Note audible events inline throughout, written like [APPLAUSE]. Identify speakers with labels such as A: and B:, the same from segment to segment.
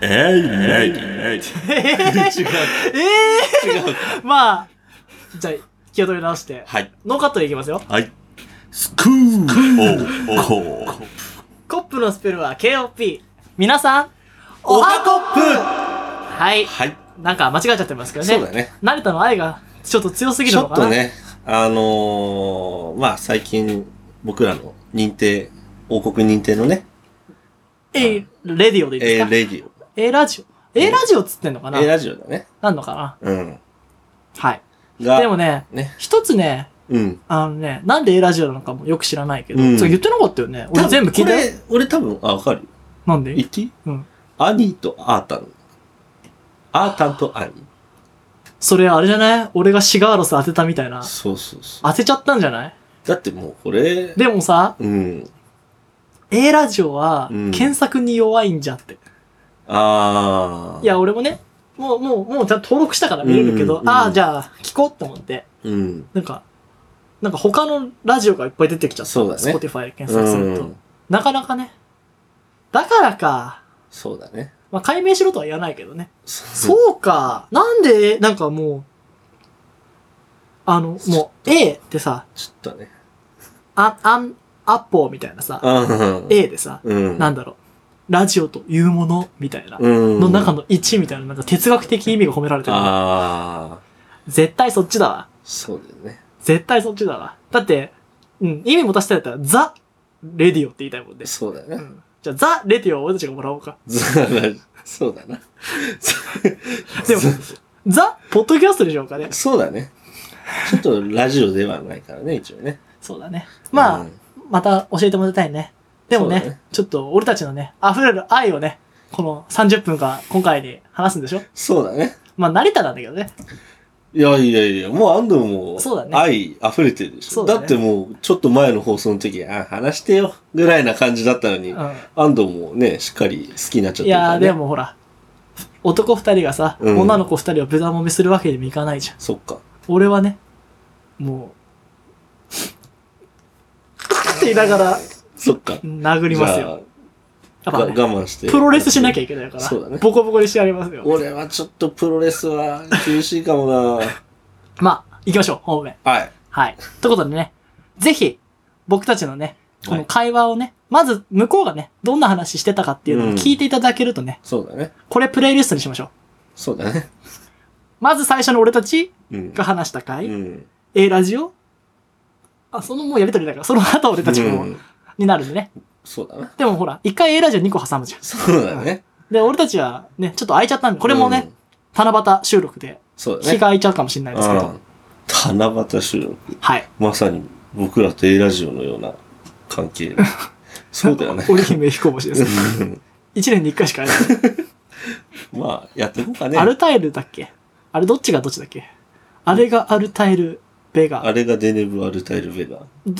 A: えいえい
B: え
A: 違う
B: え
A: 違う
B: ー、まあ、じゃあ、気を取り直して、
A: はい
B: ノーカットでいきますよ。
A: はいスクーおおコ
B: コップのスペルは KOP。皆さん、
A: お
B: お
A: は
B: は
A: コッ
B: はい
A: プ。はい
B: なんか間違えちゃってますけどね。
C: そうだね。
B: 成田の愛がちょっと強すぎ
C: ち
B: る
C: ょっ
B: のかな。
C: とね、あのー、まあ最近僕らの認定、王国認定のね、
B: えー、レディオでいいです
C: A
B: か
C: レディ
B: ?A ラジオ。A ラジオっつってんのか
C: オ、
B: な
C: A ラジオだね。
B: なんのかな
C: うん。
B: はい。
C: が、
B: でもね、
C: ね、
B: 一つね、
C: うん。
B: あのね、なんで A ラジオなのかもよく知らないけど、
C: うん
B: それ言ってなかったよね。俺全部聞いたよ。
C: これ、俺多分、あ、わかるよ。
B: なんで
C: 言っていい
B: うん。
C: アニーとアータン。アータンとアニー。
B: それあれじゃない俺がシガーロス当てたみたいな。
C: そうそうそう。
B: 当てちゃったんじゃない
C: だってもうこれ、
B: でもさ、
C: うん。
B: A ラジオは
C: うん
B: 検索に弱いんじゃって。
C: あー。
B: いや、俺もね、もう、もう、もうちゃんと登録したから見れるけ
C: うん
B: ど、
C: うん
B: ああ、じゃあ聞こうって思って、
C: うん。
B: なんか、なんか他のラジオがいっぱい出てきちゃった。
C: そうだね
B: Spotify で検
C: う
B: 索すると。
C: ん。
B: なかなかね。だからか。
C: そうだね。
B: まあ、解明しろとは言わないけどね。
C: そ
B: そうか。なんで、なんかもう、あの、もう A ってさ、
C: ちょっとね。
B: あ、あん、アッポーみたいなさ、
C: あー。
B: A でさ、
C: うん。
B: なんだろう、ラジオというものみたいな、
C: うん。
B: の中の1みたいな、なんか哲学的意味が褒められてる。
C: ああ、
B: 絶対そっちだわ。
C: そうだよね。
B: 絶対そっちだわ。だって、うん、意味持たせたやったら、ザ・レディオって言いたいもんで。
C: そうだよ
B: う
C: ね。
B: んじゃあ、ザ・レディオを俺たちがもらおうか。
C: [LAUGHS] そうだな。[LAUGHS]
B: でも、ザ・ポッドキャストでしょうかね。
C: そうだね。ちょっとラジオではないからね、一応ね。
B: そうだね。まあ、
C: うん
B: また教えてもらいたいね。でもね
C: そうだね
B: ちょっと俺たちのね、溢れる愛をね、この30分間、今回に話すんでしょ
C: そうだね。
B: まあ、成田なんだけどね。
C: いやいやいや、もうアンドも
B: そうだね
C: 愛溢れてるでし
B: そ
C: ょ。
B: うだ
C: だ
B: ね
C: ってもうちょっと前の放送の時、あ、話してよ、ぐらいな感じだったのに、
B: うん。
C: アンドもね、しっかり好きになっちゃっ
B: い
C: てるから、
B: や
C: ね。
B: ー、で。もほら、男二人がさ、
C: うん
B: 女の子二人をベタ揉めするわけにもいかないじゃん。
C: そっか。
B: 俺はね、もう、って言いながら、
C: そ
B: [LAUGHS]
C: っか。
B: 殴りますよ。
C: じ
B: や
C: ゃ
B: っ
C: あ。
B: ぱ、
C: が
B: ね、
C: 我慢して。
B: プロレスしなきゃ
C: い
B: いけないから、
C: そうだね
B: ボコボコにしてやりますよ。
C: 俺はちょっとプロレスは厳しいかもな
B: まあ、行きましょう、本面。
C: はい。
B: はい。ということでね、ぜひ、僕たちのね、こ
C: は
B: の
C: い
B: 会話をね、まず向こうがね、どんな話してたかっていうのを聞いていただけるとね、
C: そうだね。
B: これプレイリストにしましょう。
C: そうだね。
B: まず最初の俺たち
C: うん。
B: が話した
C: う
B: 回、
C: ん。
B: A ラジオあ、そのもうやりとりだから、その後俺たちも、
C: うん
B: になるんでね。
C: そうだな。
B: でもほら、一回 A ラジオ2個挟むじゃん。
C: そうだね。
B: で、俺たちはね、ちょっと空いちゃったんで、これもね、
C: うん。
B: 七夕収録で
C: そうだ
B: 日
C: ね。
B: が空いちゃうかもしれないですけど、
C: うん七夕収録。
B: はい。
C: まさに僕らと A ラジオのような関
B: [LAUGHS]
C: 係。そうだよね。
B: 織姫彦星です。
C: うん
B: 一年に一回しか会えない。
C: まあ、やっていこうかね。
B: アルタイルだっけあれどっちがどっちだっけあれがアルタイル、ベ
C: あ
B: ガ。
C: れがデネブ・アルタイル・ベガ。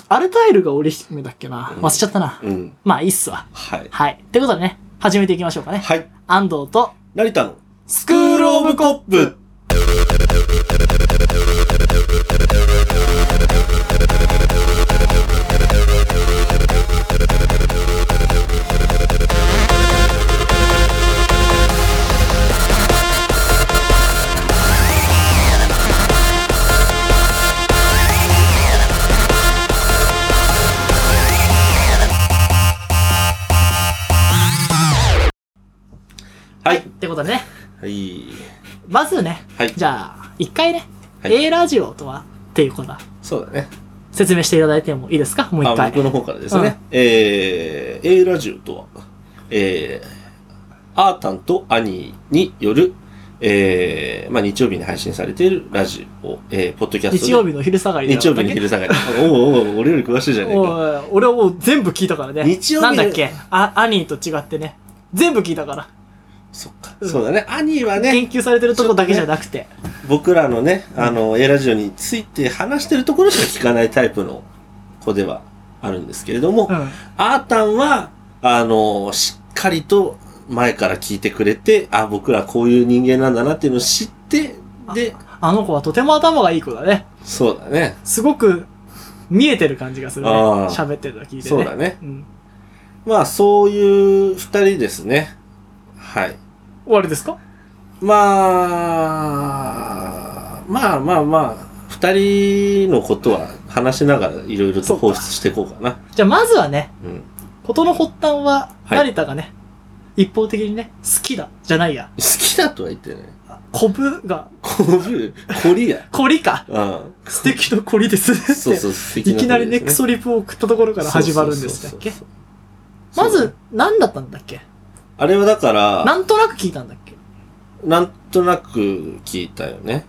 B: アルタイルが織姫だっけな忘れちゃったな。
C: うん。
B: まあいいっすわ。
C: はい。
B: はい。ってことでね、始めていきましょうかね。
C: はい。
B: 安藤と、
C: 成田の
B: ス
C: スクール・オブ・コップ。は
B: はい。っ
C: い。
B: てことでね、
C: はい。
B: まずね、
C: はい。
B: じゃあ、一回ね、
C: はい
B: A ラジオとはっていうことだ。
C: そうだね。
B: 説明していただいてもいいですかもう一
C: あ
B: 回。
C: 僕の方からですね、えー、A ラジオとは、えー、アータンとアニーによる、えーまあ、日曜日に配信されているラジオ、えー、ポッドキャストで
B: 日曜日の昼下がりだ
C: 日曜日に昼下がり。おうお
B: [LAUGHS]
C: うおう俺より詳しいじゃねえか。
B: おい俺はもう全部聞いたからね。
C: 日曜日の
B: なんだっけあ、アニーと違ってね。全部聞いたから。
C: そっか、
B: うん
C: そうだね。アニーはね、
B: 研究されてるとこだけじゃなくて。
C: 僕らのね、あの、A ラジオについて話してるところしか聞かないタイプの子ではあるんですけれども、
B: うん。
C: アータンは、あの、しっかりと前から聞いてくれて、あ、僕らこういう人間なんだなっていうのを知って、で、
B: あの子はとても頭がいい子だね。
C: そうだね。
B: すごく見えてる感じがするね。
C: あー
B: 喋ってるの聞いてね。
C: そうだね。
B: うん。
C: まあ、そういう二人ですね。はい。
B: 終わりですか
C: まあ、まあまあまあ、二人のことは話しながらいろいろと放出していこうかな。
B: じゃあまずはね、
C: うん。
B: 事の発端は、
C: はい
B: 成田がね、一方的にね、好きだ、じゃないや。
C: 好きだとは言ってね。
B: コブが、
C: こぶ、こりや。
B: コリ
C: [LAUGHS]
B: か。 [LAUGHS]
C: うん。
B: 素敵なコリですねって。
C: そうそう、素敵
B: いきなりね、ク
C: リ
B: ソリプを送ったところから始まるんですだっけま、
C: そうそうそうそうそう
B: ず、何だったんだっけ
C: あれはだから、
B: なんとなく聞いたんだっけ
C: なんとなく聞いたよね。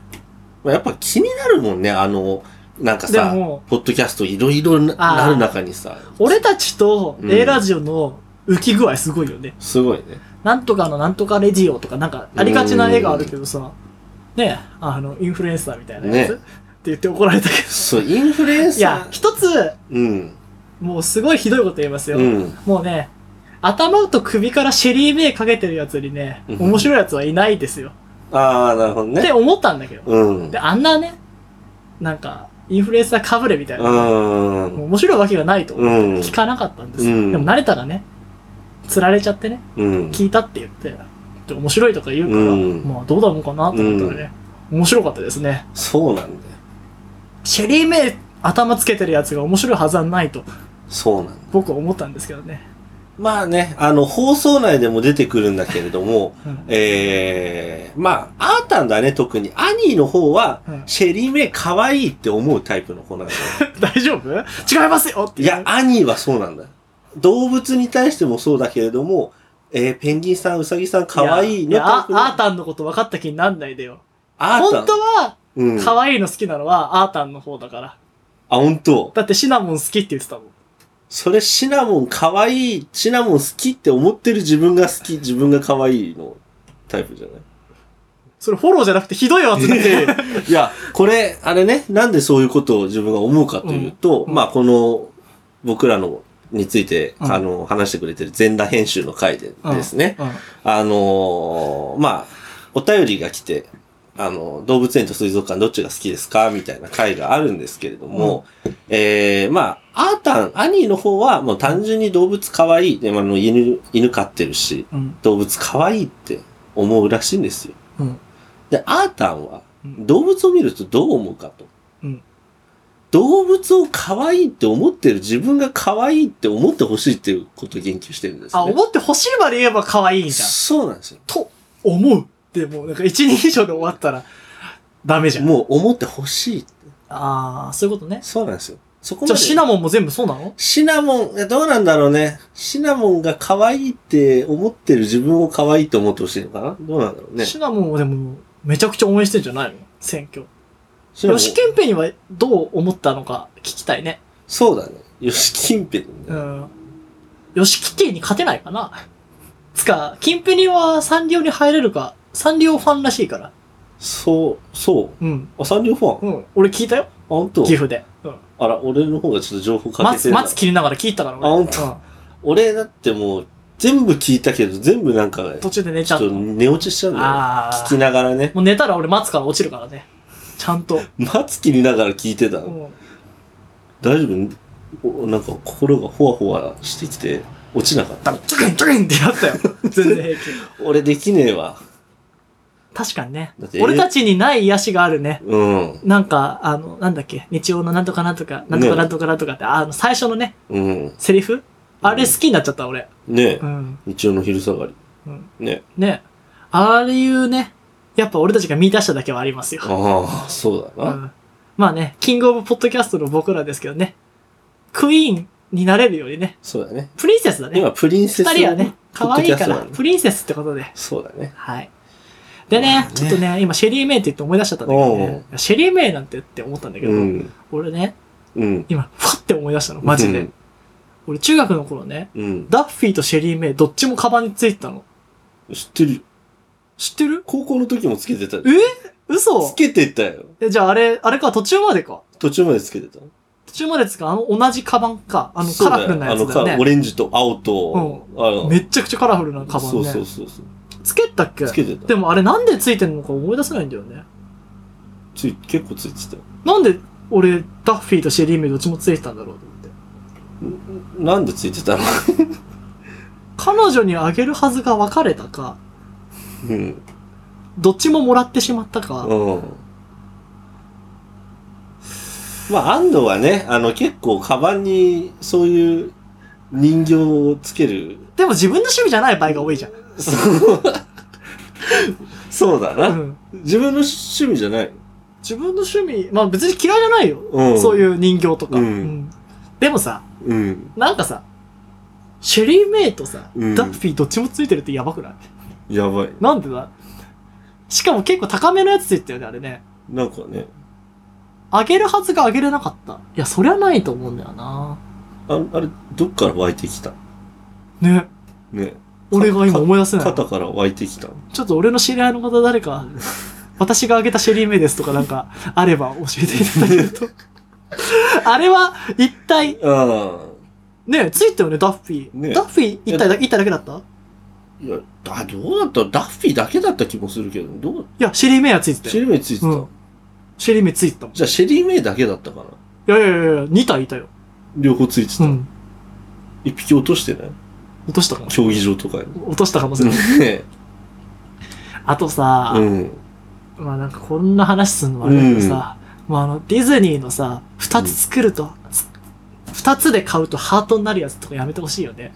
C: まあ、やっぱ気になるもんね、あの、なんか
B: で
C: さ
B: も、
C: ポッドキャストいろいろな
B: あー
C: なる中にさ、
B: 俺たちと
C: うん
B: A ラジオの浮き具合すごいよね。
C: すごいね。
B: なんとかのなんとかレディオとかなんかありがちな絵があるけどさ、ねえあの、インフルエンサーみたいなやつ、
C: ね
B: って言って怒られたけど。
C: そう、インフルエン [LAUGHS]
B: いや
C: サ、ー。
B: 一つ、
C: うん。
B: もうすごいひどいこと言いますよ。
C: うん。
B: もうね、頭と首からシェリーベイかけてるやつにね、
C: うん
B: 面白いやつはいないですよ。
C: ああ、なるほど
B: って
C: ね。
B: 思ったんだけど。
C: うん。
B: で、あんなね、なんか、インフルエンサーかぶれみたいな、
C: うん
B: もう。面白いわけがないと
C: う
B: 思って
C: ん。
B: 聞かなかったんですよ。
C: うん
B: でも、慣れたらね、釣られちゃってね、
C: うん。
B: 聞いたって言って、で面白いとか言うから、
C: うん
B: まあ、どうだろうかなと思ったらね、面白かったですね。
C: そうなんだよ。
B: シェリーベイ頭つけてるやつが面白いはずはないと、
C: そうなんだ。
B: 僕は思ったんですけどね。
C: まあね、あの、放送内でも出てくるんだけれども、
B: うん
C: ええまあ、あーたんだね、特に。アニーの方は、
B: うん
C: シェリメ可愛いって思うタイプの子なんだよ。
B: 大丈夫違いますよって
C: い
B: いう
C: や、アニーはそうなんだ。動物に対してもそうだけれども、えー、ペンギンさん、ウサギさん可愛い
B: いや
C: の
B: いや
C: タイ
B: あ
C: プの。
B: アータンのこと分かった気になんないでよ。
C: あーたん
B: 本当は、
C: うん。
B: 可愛いの好きなのはアータンの方だから。
C: あ、本当
B: だってシナモン好きって言ってたもん。
C: それシナモン可愛い、シナモン好きって思ってる自分が好き、自分が可愛いのタイプじゃない
B: それフォローじゃなくてひどいやつだって。
C: いや、これ、あれね、なんでそういうことを自分が思うかというと、
B: うん
C: まあ、この、僕らの、について、
B: うん
C: あの、話してくれてる全裸編集の回でですね、あのーまあ、お便りが来て、あの、動物園と水族館どっちが好きですかみたいな回があるんですけれども、えーまあ、アータン、アニーの方は、もう単純に動物可愛い。で、まああの、犬、犬飼ってるし、
B: うん。
C: 動物可愛いって思うらしいんですよ。
B: うん。
C: で、アータンは、
B: うん
C: 動物を見るとどう思うかと。
B: うん
C: 動物を可愛いって思ってる自分が可愛いって思ってほしいっていうことを言及してるんですね。
B: あ、思って欲しいまで言えば可愛いじゃん。
C: そうなんですよ。
B: と、思うってもうなんか一人以上で終わったらダメじゃん。
C: もう思ってほしいって。
B: あー、そういうことね。
C: そうなんですよ。そこま
B: じゃ
C: で。
B: あシナモンも全部そうなの
C: シナモン、いやどうなんだろうね。シナモンが可愛いって思ってる自分を可愛いと思ってほしいのかなどうなんだろうね。
B: シナモンはでもめちゃくちゃ応援してんじゃないの選挙。
C: シナモン
B: 吉健平にはどう思ったのか聞きたいね。
C: そうだね。ヨシキンペンだ
B: う
C: ね。
B: ん。ヨシキティに勝てないかな。つか、キンプリはサンリオに入れるか、サンリオファンらしいから。
C: そう、そう。
B: うん。
C: あ、サンリオファンあ、
B: うん。俺聞いたよ。
C: 本当
B: 岐阜で。うん。
C: あら、俺の方がちょっと情報かけ
B: 待
C: て
B: つ、
C: るな
B: 待つ切りながら聞いたから俺。
C: あほんと俺だってもう、全部聞いたけど、全部なんか、
B: うん
C: ちょ
B: 途中で寝ちゃ
C: っ
B: った
C: と。寝落ちしちゃうんだよね。
B: あ
C: 聞き
B: あ。
C: ながらね。
B: もう寝たら俺待つから落ちるからね。ちゃんと。
C: マツ切りながら聞いてたの。
B: うん。
C: 大丈夫おなんか心がほわほわしてきて、落ちなかった。
B: チキンチキンってやったよ。
C: [LAUGHS]
B: 全然平気。
C: 俺できねえわ。
B: 確かにね
C: だっ。て
B: 俺たちにない癒しがあるね。
C: うん。
B: なんか、あの、なんだっけ、日曜のなんとかなんとか、なんとかなんとかなんとかって、あの、最初のね、
C: うん。
B: セリフあれ好きになっちゃった、俺。
C: ねえ
B: う。ん。
C: 日曜の昼下がり。
B: うん
C: ね
B: ね、ああいうね、やっぱ俺たちが見出しただけはありますよ。
C: ああ、そうだ
B: う
C: な。
B: ん、まあね、キングオブポッドキャストの僕らですけどね、クイーンになれるよりね、
C: そうだね。
B: プリンセスだね。
C: 今、プリンセス。
B: 二人はね、可
C: ポッド
B: 愛いから、
C: キャストなんだ
B: プリンセスってことで。
C: そうだね。
B: はい。でね、ちょっとね、今、シェリー・メイって言って思い出しちゃったんだけどね、シェリー・メイなんてって思ったんだけど、
C: うん。
B: 俺ね、
C: うん。
B: 今、ファって思い出したの、マジで。
C: うん
B: 俺、中学の頃ね、
C: うん。
B: ダッフィーとシェリー・メイ、どっちもカバンについてたの。
C: 知ってる。
B: 知ってる
C: 高校の時もつけてたよ。
B: え嘘
C: つけてたよ。
B: えじゃあ、あれ、あれか、途中までか。
C: 途中までつけてた。
B: 途中までですかあの同じカバンか。あの
C: そう
B: カ
C: だよ
B: ラフルなやつだ
C: あの
B: よ
C: かオ
B: ね。
C: レンジと青と、あの
B: めっちゃくちゃカラフルなカバンね。
C: そうそうそうそう。
B: つけたっけ
C: つけてた。
B: でもあれなんでついてんのか思い出せないんだよね。
C: つい結構ついてたよ。
B: なんで俺、ダッフィーとシェリーメイどっちもついてたんだろうと思って。
C: んなんでついてたの
B: 彼女にあげるはずが別れたか、
C: うん。
B: どっちももらってしまったか。
C: うん。まあ、安藤はね、あの、結構、カバンに、そういう人形をつける。
B: [LAUGHS] でも自分の趣味じゃない場合が多いじゃん。
C: そう。そうだ
B: う
C: な。
B: ん
C: 自分の趣味じゃない。
B: 自分の趣味、まあ別に嫌いじゃないよ。
C: うん。
B: そう
C: う。
B: いう人形とか。
C: うん
B: うんでもさ、
C: うん。
B: なんかさ、シェリーメイとさ、
C: うん
B: ダッフィーどっちもついてるってやばくない
C: やばい。
B: なんでだしかも結構高めのやつついてたよね、あれね。
C: なんかね、
B: あげるはずがあげれなかった。いや、そりゃないと思うんだよな。
C: ああれ、どっから湧いてきた
B: ね。
C: ね。
B: 俺が今思い出せない。
C: 肩から湧いてきた。
B: ちょっと俺の知り合いの方
C: [LAUGHS]
B: 誰か、私があげたシェリーメイですとかなんか、あれば教えていただけると。
C: [LAUGHS]
B: あれは、一体、
C: ああ。
B: ねえ、ついたよね、ダッフィー。
C: ねえ
B: ダッフィー一体だ、一体だけだったい
C: いや、だどうだったダッフィーだけだった気もするけど、どう
B: や、シェリーメイはついてた
C: シェ
B: よ。
C: リーメイついてた、
B: うんシェリーメイついてたもん。い
C: じゃあシェリーメイだけだったかな
B: やいやいやいや、二体いたよ。
C: 両方ついてた。
B: う
C: 一、
B: ん。
C: 匹落としてない
B: 落としたかもし
C: 競技場とかに。
B: れない。落としたかもしれない。
C: ね
B: あとさ、
C: うん。
B: まあなんかこんな話すんのもあれだけどさ、まああのディズニーのさ、二つ作ると、つ二、つで買うとハートになるやつとかやめてほしいよね。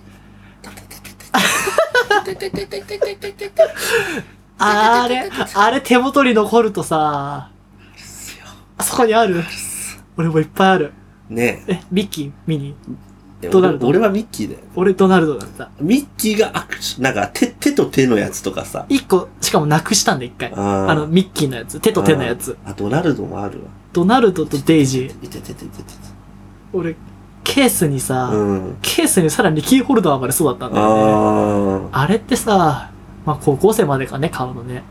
B: あれ、あれ手元に残るとさ、あそこにある俺もいっぱいある。
C: ね
B: え、ミッキー、ミニー。
C: え。
B: ドナルド
C: 俺俺はミッキーだよ。
B: 俺ドナルドだった。
C: ミッキーが握手、なんか手、手と手のやつとかさ。
B: 一個、しかもなくしたんで一回。
C: あ
B: あの、ミッキーのやつ。手と手のやつ。。
C: あーあ、ドナルドもあるわ。
B: ドナルドとデイジー。
C: いてててててて。
B: 俺、ケースにさ、
C: うん。
B: ケースにさらにキーホルダーまでそうだったんだよね。
C: あ
B: あれってさ、まあ高校生までかね、買うのね。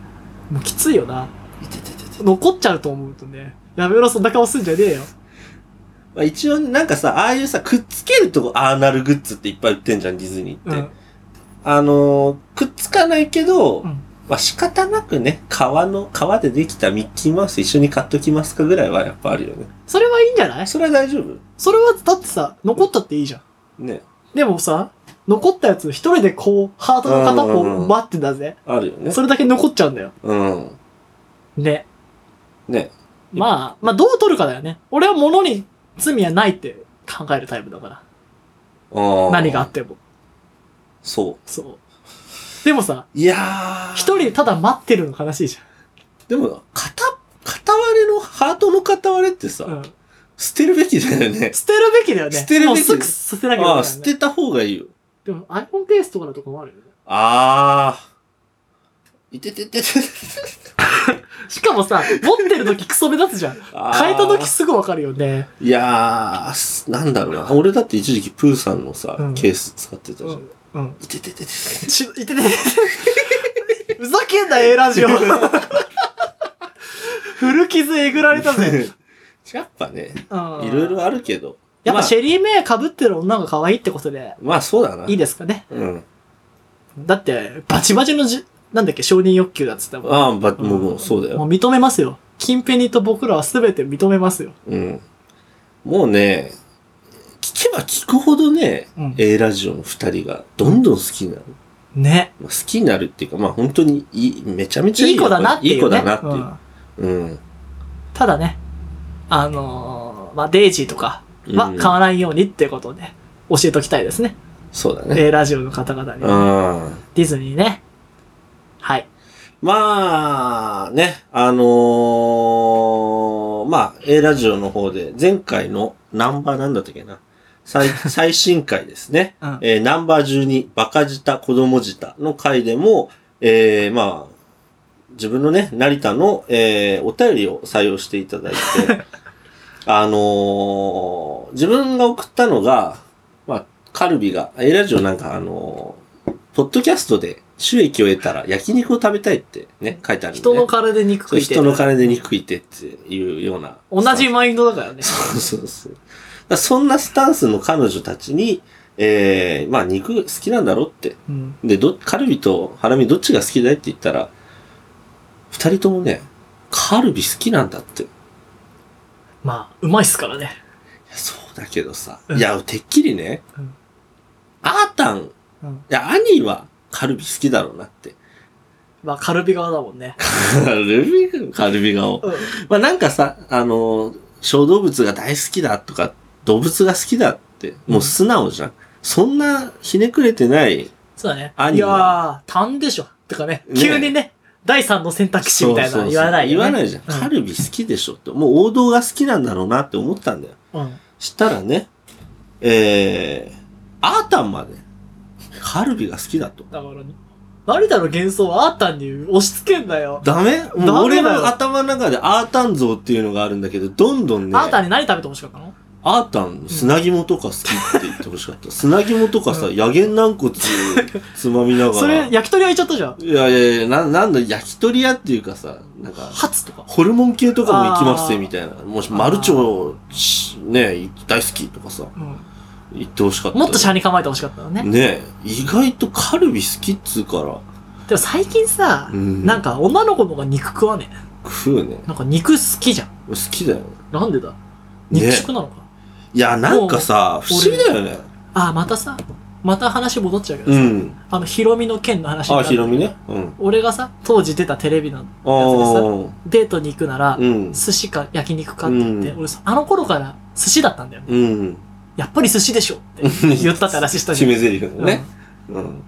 B: もうきついよな。
C: あ。いててててて。
B: 残っちゃうと思うとね。やめろ、そんな顔すんじゃねえよ。
C: まあ、一応ね、なんかさ、ああいうさ、くっつけるとああなるグッズっていっぱい売ってんじゃん、ディズニーって。
B: うん。
C: あのーくっつかないけど、
B: うん
C: まあ仕方なくね、革の、革でできたミッキーマウス一緒に買っときますかぐらいはやっぱあるよね。
B: それはいいんじゃない
C: それは大丈夫
B: それは、だってさ、残ったっていいじゃん。
C: ね。
B: でもさ、残ったやつ一人でこう、ハートの片方を待ってたぜ。
C: あるよね。
B: それだけ残っちゃうんだよ。
C: うん。
B: ね。
C: ね。
B: まあ、まあどう取るかだよね。俺は物に罪はないって考えるタイプだから。
C: ああ。
B: 何があっても。
C: そ
B: そう。でもさ、
C: う。いやー。
B: 一人ただ待ってるの悲しいじ
C: でも、片、片割れの、ハートの片割れってさ、
B: ゃん。うん。
C: 捨てるべきだよね。
B: 捨てるべきだよね。
C: 捨てるべき
B: もうすぐ捨てなきゃいけない、
C: あ
B: ね。
C: あ、捨てた方がいいよ。
B: でも、アイコンケースとかのとこもあるよね。
C: ああ。いててててて。
B: しかもさ、持ってる時クソ目立つじゃん。変えた時すぐわかるよね。
C: いやー、すなんだろうな。俺だって一時期プーさんのさ、
B: うん
C: ケース使ってたじゃん。
B: うん。うん。
C: いてててて。
B: ち、いてて、 [LAUGHS] ふざけんな、
C: [LAUGHS]
B: A ラジオ。古傷えぐられたぜ。
C: やっぱね、
B: うん
C: いろいろあるけど。
B: やっ
C: ま
B: ぱ
C: あ
B: シェリー・メイ被ってる女が可愛いってことで、
C: まあそうだな。
B: いいですかね。
C: うん。
B: だって、バチバチのじ、なんだっけ、承認欲求だっつったもん。
C: ああ、ば、もう、もうそうだ
B: も
C: よ。
B: う認めますよ。キンペニと僕らは全て認めますよ。
C: うん。もうね、聞けば聞くほどね、
B: うん。
C: A ラジオの二人がどんどん好きになる。
B: ね。
C: まあ、好きになるっていうか、まあ本当にいい、めちゃめちゃ
B: い
C: いい
B: い
C: よ
B: 子だなっていう、ね。
C: いい子だなっていう。
B: うん
C: うん。
B: ただね、あのーまあ、デイジーとかは
C: うん
B: 買わないようにっていうことをね、教えときたいですね。
C: そうだね。
B: えーラジオの方々に。
C: うん。
B: ディズニーね。はい。
C: まあ、ね、あのーまあ、A ラジオの方で、前回のナンバーなんだったっけな。最、最新回ですね。
B: うん
C: えーナンバー12、バカ舌、子供舌の回でも、えーまあ、自分のね、成田の、えーお便りを採用していただ [LAUGHS] いて、あのー自分が送ったのが、まあ、カルビが、A ラジオなんかあのーポッドキャストで収益を得たら焼肉を食べたいってね、書いてあるんでね、
B: 人の体で肉
C: そ
B: 食
C: う
B: いて
C: 人の金で肉食いてっていうような。
B: 同じマインドだからね。
C: [LAUGHS] そうそうそう。だからそんなスタンスの彼女たちに、ええまあ肉好きなんだろうって。
B: うん。
C: で、ど、カルビとハラミどっちが好きだいって言ったら、二人ともね、カルビ好きなんだって。い
B: まあ、うまいっすからね。
C: やそうだけどさ。
B: うん
C: いや、てっきりね、
B: うん
C: アータン、い
B: うん。
C: や、兄はカルビ好きだろうなって。 [LAUGHS]
B: まあ、カルビ側だもんね。
C: カルビ、カルビ顔。
B: うん。
C: まあなんかさ、あの、小動物が大好きだとか、動物が好きだって、もう素直じゃん。そんなひねくれてない、
B: そうだね。
C: 兄
B: いやー、たんでしょ。とかね、
C: ね
B: 急にね、第三の選択肢みたいな
C: そうそうそう
B: の言わないよ、ね。
C: 言わないじゃん。カルビ好きでしょって。もう王道が好きなんだろうなって思ったんだよ。
B: うん。うん。
C: したらね、えー、アータンまで、カルビが好きだと。
B: だから、成田の幻想はあったんに押し付けんだよ。
C: ダメもう
B: ダメだよ
C: 俺の頭の中でアータン像っていうのがあるんだけど、どんどんね、
B: あなたに何食べて欲しかったの
C: アータン砂肝とか好きって言ってほしかった。砂肝とかさ、
B: う
C: 野源軟骨つまみながら。
B: それ、焼き鳥焼いちゃったじゃん。
C: いやいやいや、な、なんだ、焼き鳥屋っていうかさ、なんか、
B: ハツとか。
C: ホルモン系とかも行きます
B: あ
C: ぜ、
B: ー
C: みたいな。もし、マルチョ、しねい大好きとかさ、
B: うん。
C: 言ってほしかった。
B: もっと車に構えて欲しかったのね。
C: ね意外とカルビ好きっつうから。
B: でも最近さ、
C: うん
B: なんか女の子の方が肉食わねえ。
C: 食うね。
B: なんか肉好きじゃん。
C: 好きだよ。
B: なんでだ
C: ね
B: 肉食なのか。
C: いや、なんかさ、不思議だよね。
B: ああ、またさ、また話戻っちゃうけど
C: う
B: さ、
C: ん。
B: あの、ヒロミの件の話に
C: あ、
B: なる
C: ヒロミね。うん。
B: 俺がさ、当時出たテレビのや
C: あ
B: つでさ、
C: ー
B: デートに行くなら、
C: うん。
B: 寿司か焼肉かって言って、
C: うん
B: 俺さ、あの頃から寿司だったんだよね。
C: うん。
B: やっぱり寿司でしょって言ったって話したじ
C: 決 [LAUGHS]
B: ゃん。
C: め台詞のね。うん。
B: うん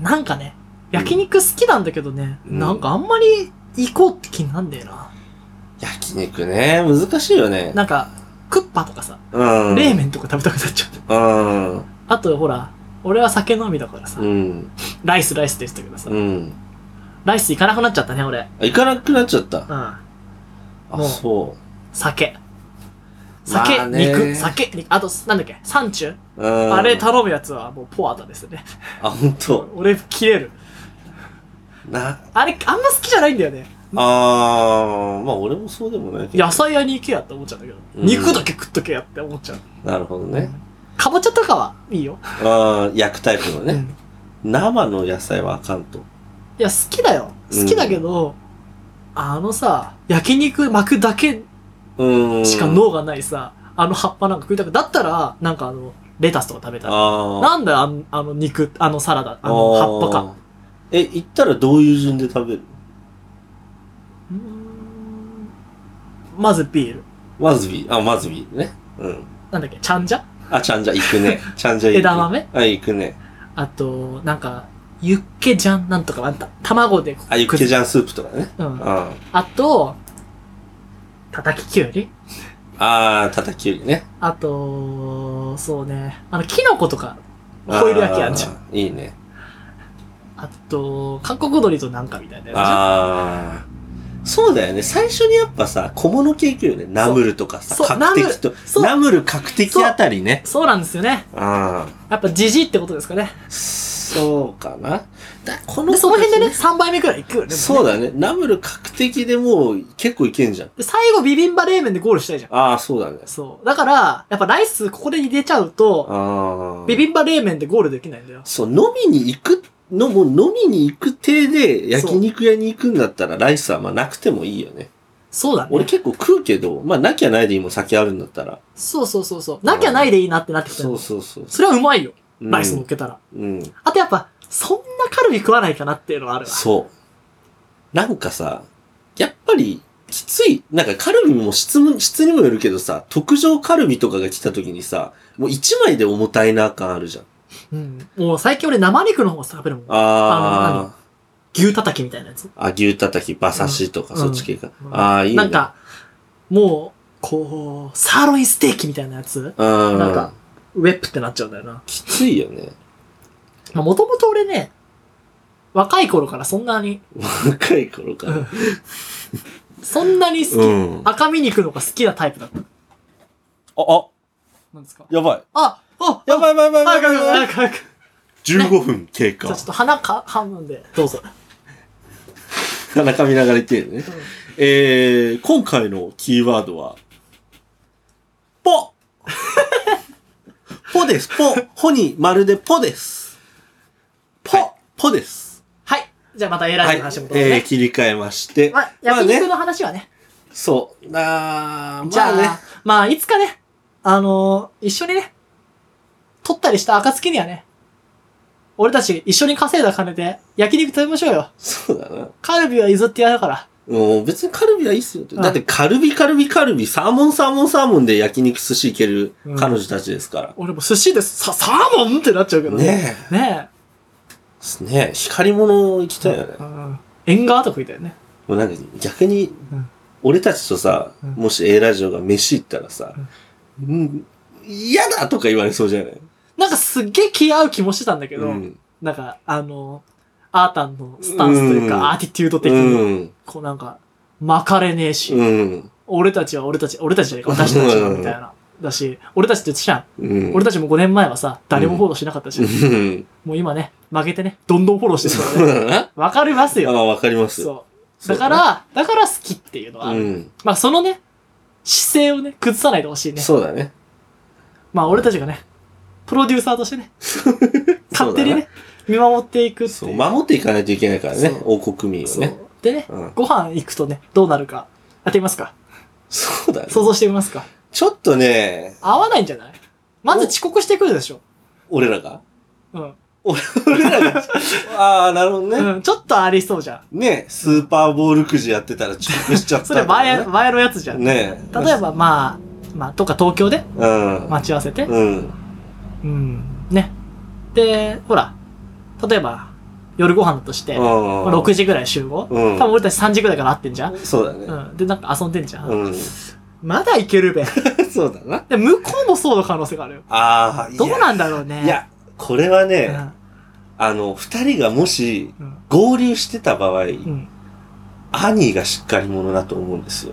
B: なんかね、焼肉好きなんだけどね、
C: うん
B: なんかあんまり行こうって気になんだよな。
C: 焼肉ね、難しいよね。
B: なんか、クッパとかさ、
C: うん。
B: 冷麺とか食べたくなっちゃう。
C: うん。
B: あとほら、俺は酒飲みだからさ、
C: うん。
B: ライスライスって言ってたけどさ、
C: うん。
B: ライス行かなくなっちゃったね、俺。
C: あ行かなくなっちゃった。
B: うん。も
C: あ、
B: う
C: そ
B: 酒。
C: まあ
B: 酒、
C: ね
B: 肉、酒、肉。あと、なんだっけ、サンチュ
C: う。うん。
B: あれ頼むやつはもうポアタですよね。 [LAUGHS]
C: あ、ほんと。
B: 俺、切れる。
C: な。
B: あれ、あんま好きじゃないんだよね。
C: あー、まあ俺もそうでもないけど。
B: 野菜屋に行けやって思っちゃうんだけど、
C: うん
B: 肉だけ食っとけやって思っちゃう。
C: なるほどね。
B: かぼちゃとかはいいよ。
C: あー、焼くタイプの
B: う
C: ね。
B: ん
C: 生の野菜はあかんと。
B: いや、好きだよ。好きだけど、あのさ、焼肉巻くだけ
C: うん。
B: しか脳がないさ、あの葉っぱなんか食いたくだったら、なんかあの、レタスとか食べたら。
C: あー。
B: なんだよあの、あの肉、あのサラダ、あの葉っぱか。
C: か。え、行ったらどういう順で食べる
B: うーんまずビール。
C: まずビー、あ、まずビールね。うん。
B: なんだっけ、ちゃんじゃ
C: あ、ちゃんじゃ行くね。ちゃんじゃ行く。
B: 枝豆
C: あ、行くね。
B: あと、なんか、ユッケジャンなんとかなんた。卵で。
C: あ、ユッケジャンスープとかね。
B: ャン。うん。
C: あ
B: あと、叩ききゅうり
C: あー、叩きよりね。
B: あと、そうね。あの、キノコとか、ホイル焼きあんじゃん。
C: ん。いいね。
B: あと、韓国鶏となんかみたいなやつじゃん
C: ああ。そうだよね。最初にやっぱさ、小物系行くよね。ナムルとかさ、
B: そう
C: 角的と
B: そ。う
C: ナムル角的あたりね。
B: そうなんですよね。
C: あ
B: やっぱジジイってことですかね。
C: あ。そうかな。だこ
B: で、その辺でね、
C: 子た
B: 3杯目くらいいくよね。も
C: ち
B: ね
C: そうだね。ナムル角的でもう結構いけんじゃん。
B: で最後ビビンバ冷麺でゴールしたいじゃん。
C: ああ、そうだね。
B: そう。だから、やっぱライスここで入れちゃうと、
C: ああ。
B: ビビンバ冷麺でゴールできないんだよ。
C: そう、飲みに行く、の、もう飲みに行く手で焼肉屋に行くんだったらライスはまあなくてもいいよね。
B: そうだ
C: 俺
B: ね。
C: 結構食うけど、まあなきゃないでいいもん酒あるんだったら。
B: そうそうそうそう。なきゃないでいいなってなってきた
C: そう
B: よ。
C: そうそう。
B: それはうまいよ。
C: うん
B: ライス乗っけたら。
C: うん。
B: あとやっぱ、そんなカルビ食わないかなっていうのはあるわ。
C: そう。なんかさ、やっぱり、きつい、なんかカルビも質も、質にもよるけどさ、特上カルビとかが来た時にさ、もう一枚で重たいな感あるじゃん。
B: うん。もう最近俺生肉の方が食べるもん。
C: あ
B: 牛叩きみたいなやつ。
C: あ、あ、牛叩き、馬刺しとか、
B: うん
C: そっち系か。
B: うん
C: ああ、いいね。
B: なん、か、もう、こう、サーロインステーキみたいなやつ
C: うん。
B: なんか、ウェップってなっちゃうんだよな。
C: きついよね。
B: まあもともと俺ね、若い頃からそんなに、
C: 若い頃から。
B: うんそんなに好き、
C: うん
B: 赤身肉の方が好きなタイプだった。
C: あ、あ、
B: なんですか
C: やばい。
B: ああ
C: やばい
B: い
C: やばいやばい
B: 早く
C: やばいやば
B: 早
C: い。
B: く早く。じ
A: 15分経過
B: ゃあちょっと鼻か、半分で、どうぞ。
C: 鼻かみながら言ってるね。えー、今回のキーワードは、
B: [LAUGHS]
C: ポポです。ポ。ほにまるでポです。ポ、
B: はい
C: ポです。
B: はい。じゃあまたエラ
C: はい。
B: ーの
C: え
B: 話もどうぞね。
C: ー、切り替えまして。
B: まあ、焼肉の話はね。
C: そう。なー、
B: じゃあ、
C: まあね。
B: まあ、いつかね、あのー一緒にね、撮ったりした暁にはね、俺たち一緒に稼いだ金で焼肉食べましょうよ。
C: そうだな。
B: カルビは譲ってやるから。
C: もう別にカルビはいいっすよって。
B: うん
C: だってカルビカルビカルビ、サーモンサーモンサーモンで焼肉寿司いける彼女たちですから。
B: 俺も寿司です。さ、サーモンってなっちゃうけどね。
C: ね
B: ね
C: え。ねえ。光り物行き
B: え。
C: たいよね。
B: うん。縁側とかいたよね。
C: もうなんか逆に
B: うん、
C: 俺たちとさ、
B: うん
C: もし A ラジオが飯行ったらさ、うん、嫌だとか言われそうじゃない
B: なんかすっげえ気合う気もしてたんだけど、
C: うん。
B: なんか、あの、アータンのスタンスという
C: うん
B: か、アーティテュード的
C: う
B: に、
C: ん。
B: こうなんか、巻かれねえし、
C: うん。
B: 俺たちは俺たち、俺たちじゃねえか、私たちはみたいな。だし、俺たちってじゃん。
C: うん。
B: 俺たちも5年前はさ、誰もフォローしなかったし、
C: うん。
B: もう今ね、負けてね、どんどんフォローしてるか
C: そ
B: ら
C: う
B: ね。
C: だな。
B: わかります
C: [LAUGHS] あ
B: よ。
C: あ、わかります。
B: そう。
C: そう
B: だから、だから好きっていうのはあ
C: う
B: る。
C: ん。
B: まあそのね、姿勢をね、崩さないでほしいね。
C: そうだね。
B: まあ俺たちがね、プロデューサーとしてね、勝手にね、見守っていくって
C: そう、
B: いう。
C: 守っていかないといけないからね
B: そ、
C: 王国民を
B: そう
C: ね。
B: でね、
C: うん
B: ご飯行くとね、どうなるか、当てみますか
C: そうだね。
B: 想像してみますか
C: ちょっとね、
B: 合わないんじゃないまず遅刻してくるでしょ。
C: 俺らが。
B: うん。
C: 俺らが。ああ、なるほどね。
B: うん、ちょっとありそうじゃん。
C: ね、スーパーボールくじやってたら遅刻しちゃった
B: それ
C: とかね、
B: 前、前のやつじゃん。
C: ね
B: 例えば、まあ、まあ、とか東京で
C: うん。
B: 待ち合わせて、
C: うん。
B: うん、ね。で、ほら、例えば、夜ご飯だとして、まあ
C: 6
B: 6時ぐらい集合、
C: うん
B: 多分俺たち3時ぐらいから会ってんじゃん、
C: そうだね。
B: うん、で、なんか遊んでんじゃん。
C: うん。 [LAUGHS]
B: まだいけるべ。
C: そうだな。
B: で、向こうもそうの可能性があるよ。
C: ああ、
B: どうなんんだろうね。
C: いや、これは
B: う
C: ね、
B: ん、
C: あの、二人がもし
B: うん、
C: 合流してた場合、
B: うん。
C: アニーがしっかり者だと思うんですよ。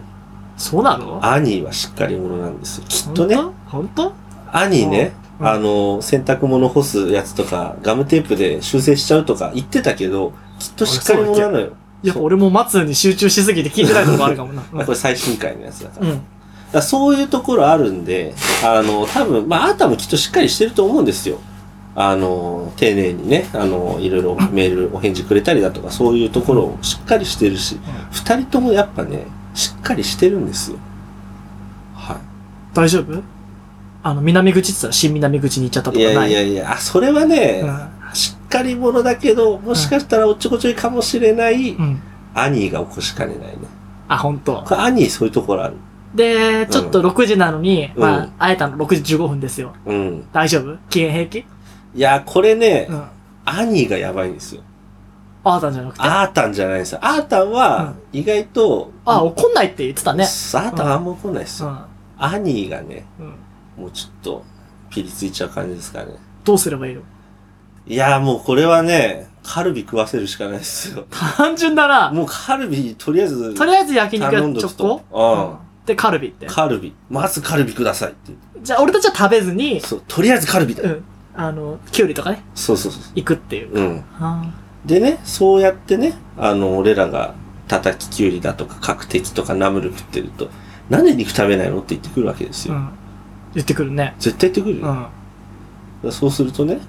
B: そうなの
C: アニーはしっかり者なんですよ。きっとね。
B: 本当
C: 兄ね、
B: うん
C: あの、洗濯物干すやつとか、ガムテープで修正しちゃうとか言ってたけど、きっとしっかり者なのよ。
B: やっぱ俺も松に集中しすぎて聞いてないとこあるか
C: [LAUGHS]
B: もな。
C: まあこれ最新回のやつだから。
B: う
C: だ
B: ん。
C: からそういうところあるんで、あの、多分、まあ、あなたもきっとしっかりしてると思うんですよ。あの、丁寧にね、あの、いろいろメール、お返事くれたりだとか、そういうところをしっかりしてるし、二、人ともやっぱね、しっかりしてるんですよ。はい。
B: 大丈夫あの、南口って言ったら新南口に行っちゃったと
C: い
B: かない。
C: やいやいや、あ、それはね、
B: うん
C: しっかり者だけど、もしかしたらおっちょこちょいかもしれない、
B: うん。
C: アニーが起こしかねないね。
B: あ、本当。
C: これアニーそういうところある。
B: で、ちょっと6時なのに、
C: うん
B: まあ、会えたの6時15分ですよ。
C: うん。
B: 大丈夫期限平気
C: いや、これね、
B: うん。
C: アニーがやばいんですよ。
B: あーたんじゃなくて。あ
C: アータンじゃないんですよ。アータンは、意外と、
B: あ、怒んないって言ってたね。
C: そうアータンあんま怒んないです
B: う
C: よ。
B: ん。
C: アニーがね、
B: うん。
C: もうちょっと、ピリついちゃう感じですかね。
B: どうすればいいの
C: いや、もうこれはね、カルビ食わせるしかないですよ。
B: 単純だな。
C: もうカルビ、とりあえず、
B: とりあえず焼肉
C: 頼ん
B: や
C: ど
B: チ
C: く
B: ョ
C: と
B: コうん。で、カルビって。
C: カルビ、まずカルビくださいって言って。
B: じゃあ、俺たちは食べずに、
C: そう、とりあえずカルビだ
B: う
C: よ。
B: ん。あの、キュウリとかね、
C: そうそうそう。
B: 行くっていう。
C: うん。
B: あ
C: でね、そうやってね、あの、俺らが、叩ききゅうりだとか、角的とか、ナムル食ってると、なんで肉食べないのって言ってくるわけです
B: ーう
C: よ。
B: ん。言ってくるね。
C: 絶対言ってくる
B: う
C: よ。だか
B: ん。
C: らそうするとね、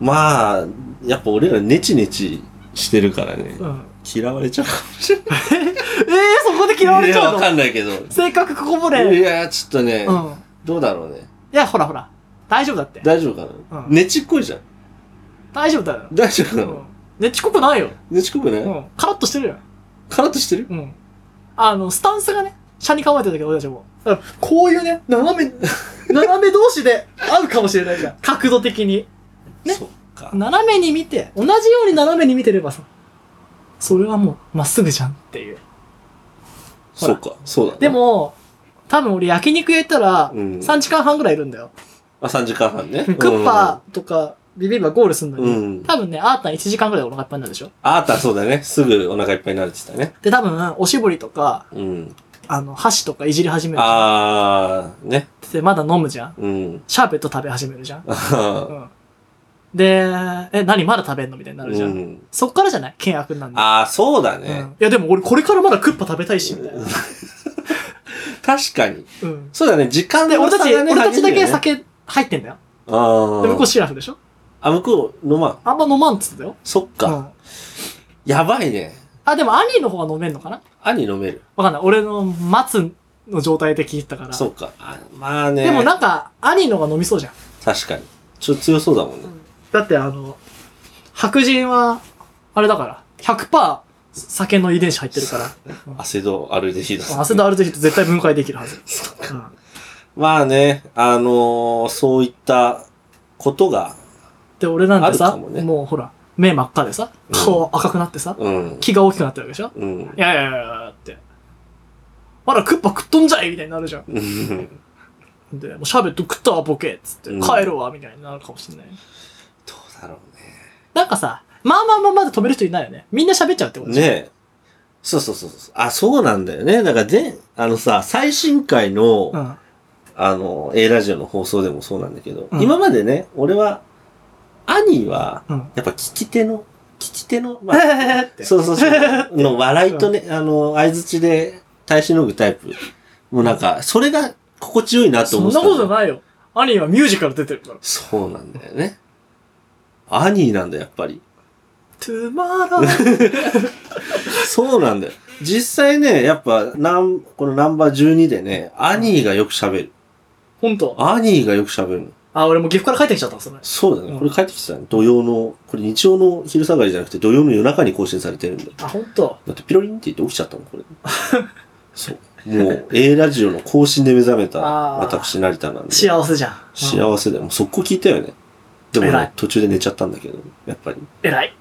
C: まあ、やっぱ俺らネチネチしてるからね
B: う、ん。
C: 嫌われちゃうかもしれない。
B: ええそこで嫌われち
C: い
B: ゃ
C: や
B: う
C: わ
B: の
C: かんないけど。
B: 性格こぼれ。
C: いや、ちょっとね、
B: うん。
C: どうだろうね。
B: いや、ほらほら。大丈夫だって。
C: 大丈夫かな、
B: うん
C: ネチっこいじゃん。
B: 大丈夫だよ。
C: 大丈夫
B: う
C: かな、
B: ん。ね、ちっこくないよ。
C: ネチっこくない、
B: うん。カラッとしてるよ。
C: カラッとしてる
B: うん。あの、スタンスがね、車に構えてるだけど、俺たちも。だからこういうね、斜め、斜め同士で合うかもしれないじゃん。角度的に。ね
C: そっか。
B: 斜めに見て、同じように斜めに見てればさ、それはもう、まっすぐじゃんっていう。
C: そうか。そうだ、ね。
B: で、も、多分俺焼肉屋行ったら、
C: うん
B: 3時間半ぐらいいるんだよ。
C: あ、3時間半ね。
B: クッパーとかビビンバゴールすんのに、
C: うん
B: 多分ね、アータン1時間ぐらいでお腹いっぱいになるでしょ
C: あーた、そうだね。すぐお腹いっぱいになるって言ってたね。
B: で、多分、おしぼりとか、
C: うん。
B: あの、箸とかいじり始めるじゃん。
C: あー、ね。
B: で、まだ飲むじゃん。 [LAUGHS]
C: うん。
B: シャーベット食べ始めるじゃん。
C: あー
B: うん。で、え、何まだ食べんのみたいになるじゃん。
C: うん
B: そっからじゃない険悪になるの。
C: あー、そうだ
B: うん、
C: ね。
B: いや、でも俺これからまだクッパ食べたいし、みたいな。
C: 確かに。
B: うん。
C: そうだね。時間
B: で、
C: の
B: 俺た
C: 差
B: ち、
C: がね
B: 俺たちだけ。
C: 激しいよね
B: 酒入ってんだよ。
C: あー
B: で、向こうシラフでしょ
C: あ、向こう飲まん。
B: あんま飲まんっつってたよ。
C: そっ
B: う
C: か。
B: ん。
C: やばいね。
B: あ、でも兄の方は飲めんのかな
C: 兄飲める。
B: わかんない。俺の松の状態で聞いてたから。
C: そうか。あまあね。
B: でもなんか、兄のが飲みそうじゃん。
C: 確かに。ちょっと強そうだもんね。
B: だってあの、白人は、あれだから、100%酒の遺伝子入ってるから、
C: アセドアルデヒド酸
B: アセドアルデヒド絶対分解できるはず。うん
C: まあね、あのーそういったことが、
B: で、俺なんて
C: あ
B: さ、
C: るか
B: も
C: もね
B: うほら、目真っ赤でさ、顔赤くなってさ、
C: うん。
B: 気が大きくなってるわけでしょ
C: うん。 [LAUGHS]
B: いやいやいやいやって。あら、クッパ食っとんじゃいみたいになるじゃん。
C: うん
B: で、もう喋っと食ったわボケっつって、
C: うん
B: 帰るわみたいになるかもしれない。
C: どうだろう
B: なんかさ、まあまあまあまだ止める人いないよね。みんな喋っちゃうってこと
C: ね。
B: でしょ
C: ねえそうそうそうそう。あ、そうなんだよね。だから、で、あのさ、最新回の、
B: うん。
C: あの、A ラジオの放送でもそうなんだけど、
B: うん
C: 今までね、俺は、兄は、
B: うん。
C: やっぱ聞き手の、聞き手の、ま
B: [LAUGHS] え
C: あ、
B: ーって。
C: そうそうそう、の笑いとね、あの、相づちで耐え忍ぐタイプ。もうなんか、それが心地よいなと
B: そ
C: 思
B: ん
C: って
B: な
C: た
B: ことないよ。兄はミュージカル出てるから。
C: そうなんだよね。兄なんだ、やっぱり。
B: トゥーマーラ [LAUGHS] ー。
C: そうなんだよ。実際ね、やっぱ、なんこのナンバー12でね、兄がよく喋る。
B: ほんと。
C: 兄がよく喋るの。
B: あ、俺もう岐阜から帰ってきちゃったわそれ。
C: そうだ
B: うん
C: ね。これ帰ってきてたね。土曜の、これ日曜の昼下がりじゃなくて土曜の夜中に更新されてるんだよ。
B: あ、ほんと。
C: だってピロリンって言って起きちゃったもん、
B: [LAUGHS]
C: これ。そう。もう A ラジオの更新で目覚めた
B: あー
C: 私、成田なんで。
B: 幸せじゃん。うん
C: 幸せだよ。もう速攻聞いたよね。でも
B: 偉い
C: ね、途中で寝ちゃったんだけど、やっぱり。
B: 偉い。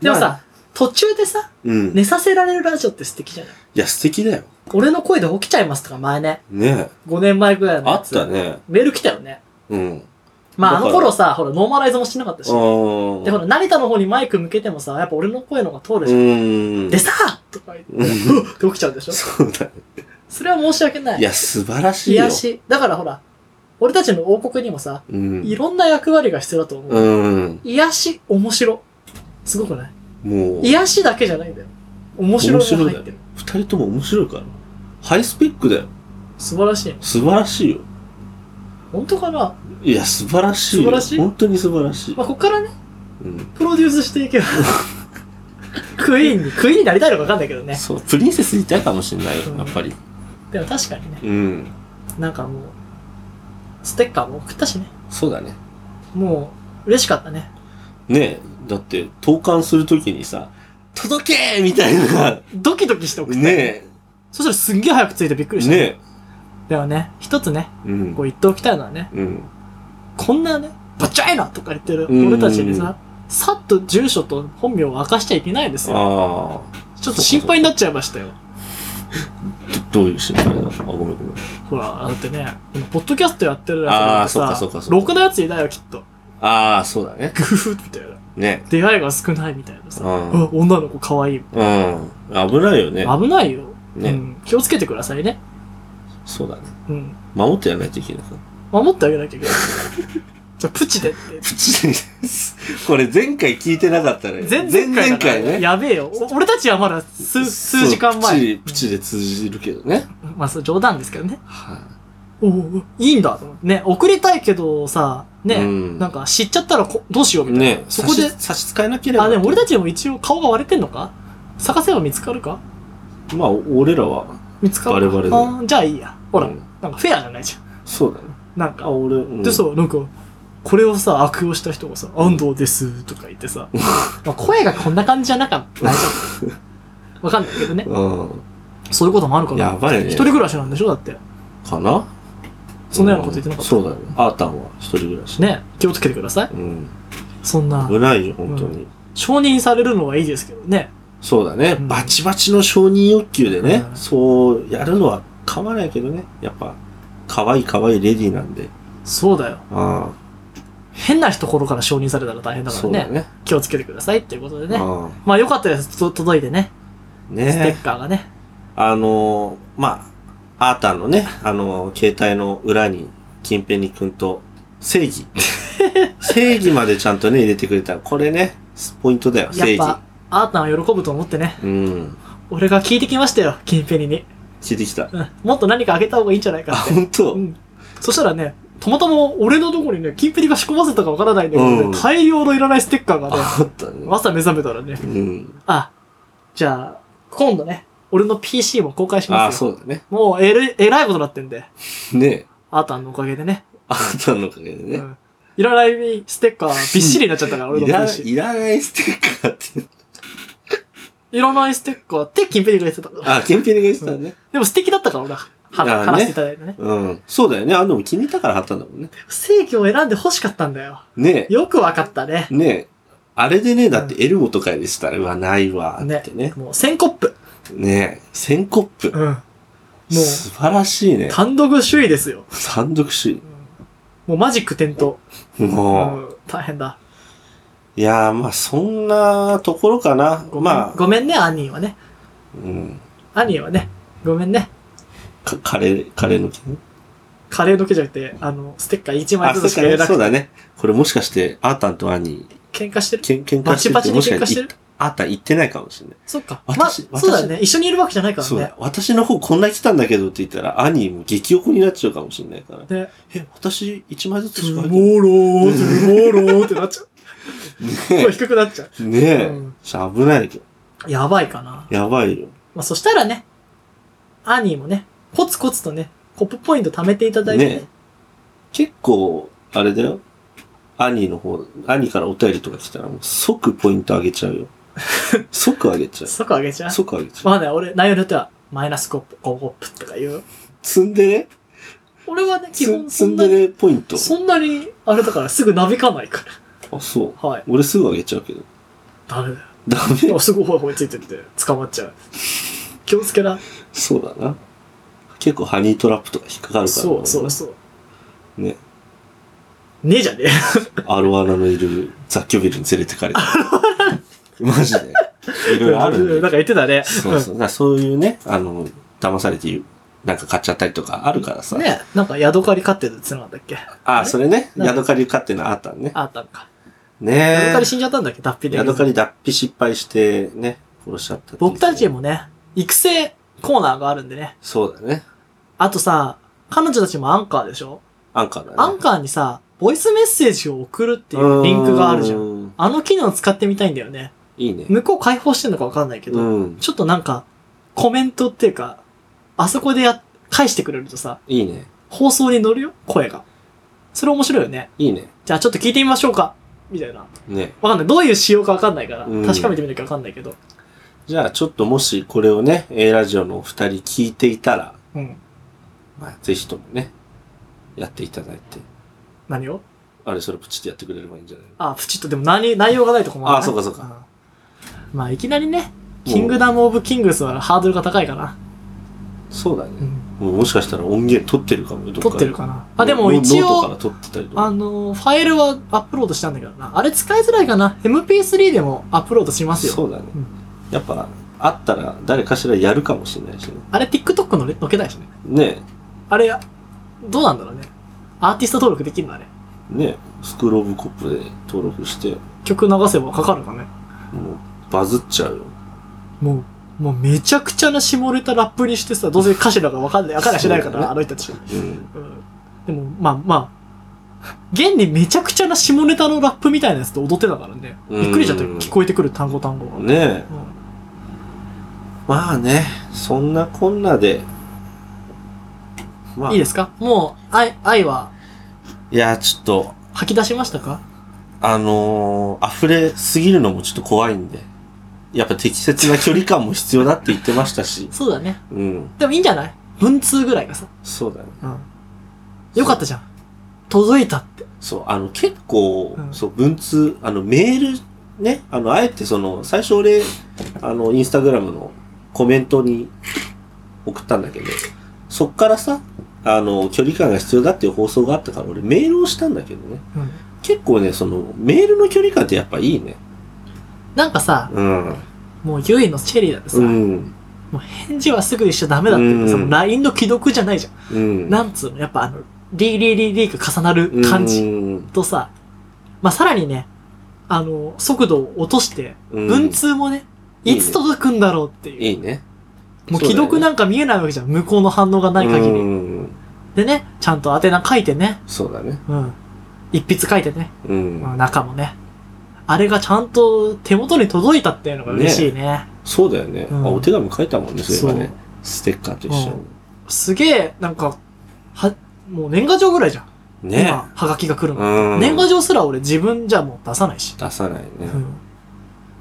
B: でも
C: ま
B: さ、途中でさ、
C: うん。
B: 寝させられるラジオって素敵じゃない
C: いや、素敵だよ。
B: 俺の声で起きちゃいますとか前ね。
C: ねえ
B: 5年前ぐらいの
C: あ
B: や
C: っ
B: つ。
C: たね。
B: メール来たよね。
C: うん。
B: まあ
C: だ
B: あ
C: か
B: の
C: ら
B: 頃さ、ほら、ノーマライズもしてなかったし。
C: うん。
B: で、ほら、成田の方にマイク向けてもさ、やっぱ俺の声の方が通るじゃん。
C: うん。
B: でさとか言って、
C: うん
B: うっって起きちゃうでしょ
C: そうだね。
B: それは申し訳ない。
C: いや、素晴らしいよ。
B: 癒し。だからほら、俺たちの王国にもさ、
C: うん。
B: いろんな役割が必要だと思う。
C: うん。
B: 癒し、面白。すごくない
C: もう、
B: 癒しだけじゃないんだよ。面白いも入ってる。
C: 二人とも面白いから。ハイスペックだよ。
B: 素晴らしい。
C: 素晴らしいよ。
B: 本当かなま
C: いや、素晴らしいよ。
B: 素晴らしい
C: 本当に素晴らしい。
B: あ、こっからね、
C: うん。
B: プロデュースしていけば。クイーンに、クイーンになりたいのかわかんないけどね。
C: そう、プリンセスいたいかもしれないよ
B: う、ん
C: やっぱり。
B: でも確かにね、
C: うん。
B: なんかもう、ステッカーも送ったしね。
C: そうだね。
B: もう、嬉しかったね。
C: ねえ、だって、投函するときにさ、届けみたいな。
B: ドキドキして送ったよ。
C: ね
B: そしたらすんげえ早く着いてびっく
C: え。
B: りした。
C: ね
B: でもね、一つね、
C: え。うん
B: こ。う言っておきたいのはね、
C: うん。
B: こんなね、バチャイなとか言ってる
C: うん
B: 俺たちにさ、さっと住所と本名を明かしちゃいけないですよ。
C: あ
B: ちょっと心配になっちゃいましたよ。
C: あ。どどういう心配なのあ、ごめんごめん。
B: ほら、だってね、このポッドキャストやってるやつ
C: あー
B: だって
C: そっかそっかそっか
B: ろくなやついないよ、きっと。
C: ああ、そうだね。
B: グフフみたいな。
C: ね
B: 出会いが少ないみたいな
C: え。
B: さ。
C: うん。
B: あ女の子可愛い。
C: うん。危ないよね。
B: 危ないよ。
C: ね
B: うん。気をつけてくださいね。
C: そうだね。
B: うん。
C: 守ってやらないといけないから。
B: 守ってあげなきゃい
C: [LAUGHS]
B: けない。じゃあ、プチでって。
C: プチです。 [LAUGHS] これ前回聞いてなかったね。
B: 全然
C: 前々回ね。
B: やべえよ。お俺たちはまだ数、数時間
C: そうプ
B: 前
C: チ、。プチで通じるけどね。
B: うんまあ、そう冗談ですけどね。
C: はい、
B: おお、いいんだと思って。ね、送りたいけどさ、ね、
C: うん
B: なんか知っちゃったらこどうしようみたいな。
C: ね
B: そこで
C: 差し、差し支えなければ。
B: あ、でも俺たちも一応顔が割れてんのか探せば見つかるか
C: まあ、俺らは、
B: 見つかるか
C: バレバレだ
B: あーじゃあいいや。ほら、
C: うん
B: なんかフェアじゃないじゃ
C: そうだね。
B: ん。なん
C: あ、
B: か。
C: 俺、うん
B: でさ、なんか、これをさ、悪用した人がさ、安藤ですとか言ってさ、まあ声がこんな感じじゃなかった。大丈夫。わかんないけどね。
C: う
B: そういうこともあるか
C: ん。
B: ら。
C: やばいね。
B: 一人暮らしなんでしょだって。
C: かな
B: そんなようなこと言ってなかった
C: うんそうだね。あーたんは一人暮らし。
B: ね、気をつけてください。
C: うん。
B: そんな、
C: 危ないよ、本当に。
B: 承認されるのはいいですけどね。
C: そうだね、
B: うん
C: バチバチの承認欲求でね、
B: うん
C: そうやるのは構わないけどね。やっぱ、可愛い可愛いレディーなんで。
B: そうだよ。
C: あ
B: 変な人頃から承認されたら大変
C: あ、
B: だか
C: そ
B: ら
C: うだ
B: ね。
C: ね。
B: 気をつけてくださいっていうことでね。
C: あ
B: まあよかったです。と届いてね。
C: あ
B: ステ
C: ね
B: ッカーがね。
C: あのーまあ、アータンの
B: [LAUGHS]
C: ね、あのー携帯の裏に、金ペニ君と、正 [LAUGHS] 義。正義までちゃんとね、入れてくれた。これね、ポイントだよ、
B: や
C: 正
B: っ
C: 義
B: ぱ。、あーたんは喜ぶと思ってね。
C: うん。
B: 俺が聞いてきましたよ、キンペニに。
C: 聞いてきた。
B: うん。もっと何かあげた方がいいんじゃないか
C: あ、
B: って。
C: 本当
B: うん。そしたらね、たまたま俺のとこにね、キンペニが仕込ませたかわからないんだけどね、
C: うん
B: 大量のいらないステッカーがね、
C: あったね。
B: 朝目覚めたらね、
C: うん。
B: あ、じゃあ、今度ね、俺の PC も公開し
C: あ
B: ま
C: あ、
B: すよ。
C: そうだね。
B: もうえれ、えらいことなってんで、
C: ね
B: あーたんのおかげでね。
C: あーたんのおかげでね。
B: うんいらないステッカーびっしりになっちゃったから、俺の
C: いら
B: 分
C: ない
B: 身。
C: いらないステッカーって。
B: いらないステッカーって、キンペリが言ってたから。
C: あ、ケンピリが言ってたね。
B: でも素敵だったから、俺は。は
C: あーね
B: 話していただいたね。
C: うん。そうだよね。あ、でも気に入ったから貼ったんだもんね。
B: 正義を選んで欲しかったんだよ。
C: ね
B: よくわかったね。
C: え。ねえ。あれでね、だってエルモとかでしたら、うわ、ないわ、ってね。
B: もう、1000コップ。
C: ねえ。1000コップ。
B: うん。もう、
C: 素晴らしいね。
B: 単独首位ですよ。
C: 単独首
B: もうマジック点灯。
C: 位。もう。
B: うん大変だ。
C: いやー、まあ、そんなところかな。まあ、
B: ごめんね、アニーはね。
C: うん。
B: アニーはね、ごめんね。
C: か、カレー、カレーの件、
B: カレーのけじゃなくて、あの、ステッカー1枚
C: あ、
B: ず
C: そう
B: つしか入れ
C: か
B: な
C: そう
B: くて、
C: だね。これもしかして、アータンとアニー、
B: 喧嘩してる
C: けん喧嘩
B: バ
C: して
B: チ
C: る
B: バ
C: って
B: チに
C: もし
B: 喧
C: か
B: 嘩し
C: してて
B: る
C: い、アータン行ってないかもしれない。
B: そっか。まあ、
C: 私
B: そうだ
C: 私
B: ね。一緒にいるわけじゃないから
C: そう
B: ね
C: だ。。私の方こんな来たんだけどって言ったら、アニーも激怒になっちゃうかもしれないから。
B: で、
C: え、私1枚ずつ
B: ト
C: し
B: ゥ
C: か
B: モ
C: 入
B: ロ
C: って
B: ー、トゥモローってなっちゃう。
C: [LAUGHS]
B: 声低くなっちゃ
C: ない。ねえ。
B: うん
C: じゃあ危ないけど。
B: う。やばいかな。
C: やばいよ。
B: まあ、そしたらね、アニーもね、コツコツとね、コップポイント貯めていただいてね
C: ね結構、あれだよ。兄の方、兄からお便りとか来たら、もう即ポイント上げちゃう
B: [LAUGHS]
C: よ。即上げちゃ
B: そこあげちゃ
C: う。
B: う。
C: 即上げちゃう。
B: まあね、俺、内容によっては、マイナスコップ、5コップとか言う。
C: 積んでね
B: 俺はね、基
C: 積
B: 本
C: ん
B: そ
C: 積
B: ん
C: ん
B: な
C: で
B: に、
C: ねポイント。
B: そんなに、あれだから、すぐなびかないか
C: あ、そう。
B: ら。はい。
C: 俺すぐ上げちゃうけど。
B: ダメだよ。
C: ダ
B: で
C: メ
B: もすぐほいほいついてって、捕まっちゃう。気をつけな。
C: そうだな。結構ハニートラップとか引っかかるからな。
B: そうそうそう。
C: ね。
B: ねえじゃね
C: アロアナのいる雑居ビルに連れてか
B: [LAUGHS]
C: れた。マジで。い
B: え。
C: ろいろあるんだ
B: [LAUGHS] なん
C: よ
B: か言ってたね。
C: そうそう。だからそういうね、あの、騙されて言う、なんか買っちゃったりとかあるから
B: う
C: さ。
B: んねえ、なんかヤドカリ飼ってるってつながったっけ
C: ああ、それね。
B: なんか
C: ヤドカリ買ってのあったね。
B: あったのか。ヤド
C: ね
B: カリ死んじゃったんだっけ脱皮
C: え。
B: で。
C: ヤドカリ脱皮失敗して、ね、殺しちゃったっていう。
B: 僕たちもね、育成コーナーがあるんでね。
C: そうだね。
B: あとさ、彼女たちもアンカーでしょ
C: アンカーだね。
B: アンカーにさ、ボイスメッセージを送るっていうリンクがあるじゃん。
C: ん。
B: あの機能使ってみたいんだよね。
C: いいね。
B: 向こう開放してんのかわかんないけど、
C: うん。
B: ちょっとなんか、コメントっていうか、あそこでや、返してくれるとさ、
C: いいね。
B: 放送に乗るよ声が。それ面白いよね。
C: いいね。
B: じゃあちょっと聞いてみましょうか。みたいな。
C: ね。
B: わかんない。どういう仕様かわかんないから、
C: うん
B: 確かめてみなきゃわかんないけど。
C: じゃあ、ちょっともしこれをね、A ラジオのお二人聞いていたら、
B: うん。
C: まあ、ぜひともね、やっていただいて。
B: 何を
C: あれ、それプチってやってくれればいいんじゃないの
B: あ、プチッと、でも何、内容がないと困る、ね。
C: あそうかそうか
B: うん。まあ、いきなりね、キングダム・オブ・キングスはハードルが高いかな。
C: そうだね。
B: うん。
C: もうもしかしたら音源取ってるかもよ、どっか
B: 撮
C: で
B: ってるかな。
C: ノ
B: あ、でも一
C: ノートから
B: 応、
C: 撮ってたりと
B: あ
C: か。
B: の、ファイルはアップロードしたんだけどな。あれ使いづらいかな。MP3 でもアップロードしますよ。
C: そうだね
B: うん。
C: やっぱ、あったら誰かしらやるかもしれないしね。
B: あれ TikTok のねのけたいしね。
C: ね
B: あれ、どうなんだろうね。アーティスト登録できるのあれ。
C: え、ねえ、スクロールオブコップで登録して、
B: 曲流せばかかるかね。
C: もうバズっちゃうよ。
B: もう、もうめちゃくちゃな下ネタラップにしてさ、どうせ歌詞なんかわかんない、わかんないしないか
C: そうだ
B: ら、
C: ね
B: あの人たち。
C: うん。
B: うんでも、まあまあ、現にめちゃくちゃな下ネタのラップみたいなやつと踊ってたからね。
C: うん
B: びっくりしちゃったよ聞こえてくる単語単語が。
C: ねえ、
B: うん
C: まあね、そんなこんなで、まあ、
B: いいですかもう、愛、愛はい
C: や、ちょっと、
B: 吐き出しましたか、
C: あのー、溢れすぎるのもちょっと怖いんで、やっぱ適切な距離感も必要だって言ってましたし
B: そうだね。
C: うん、
B: でもいいんじゃない文通ぐらいがさ。
C: そうだね。
B: うん。よかったじゃん。届いたって。
C: そう、あの、結構、
B: うん
C: そう、文通、あの、メール、ね、あの、あえてその、最初俺、あの、インスタグラムのコメントに送ったんだけど、そっからさ、あの、距離感が必要だっていう放送があったから、俺メールをしたんだけどね。
B: うん。
C: 結構ね、その、メールの距離感ってやっぱいいね。
B: なんかさ、
C: うん。
B: もうゆいのチェリーだってさ、
C: うん。
B: もう返事はすぐにしちゃダメだっていうかさ、
C: うん
B: もう LINE の既読じゃないじゃん。
C: うん。
B: なんつうの、やっぱあの、リーリーリーリーが重なる感じ
C: うん。
B: とさ、まあ、さらにね、あの、速度を落として、
C: うん
B: 文通もね、
C: いい
B: い
C: ね
B: つ届くんだろうっていう。
C: いいね。
B: もう既読なんか見えないわけじゃん。向こうの反応がない限り。
C: り。
B: でね、ちゃんと宛名書いてね。
C: そうだね。
B: うん。一筆書いてね。
C: う。
B: うんん、中もね。あれがちゃんと手元に届いたっていうのが嬉しいね。
C: そうだよね。
B: うん
C: あ、お手紙書いたもんね、そういえばね
B: そ。
C: ステッカーと一緒に。
B: すげえ、なんか、は、もう年賀状ぐらいじゃん。
C: ね
B: 今、はがきが来るの。
C: うん
B: 年賀状すら俺自分じゃもう出さないし。
C: 出さないね。
B: うん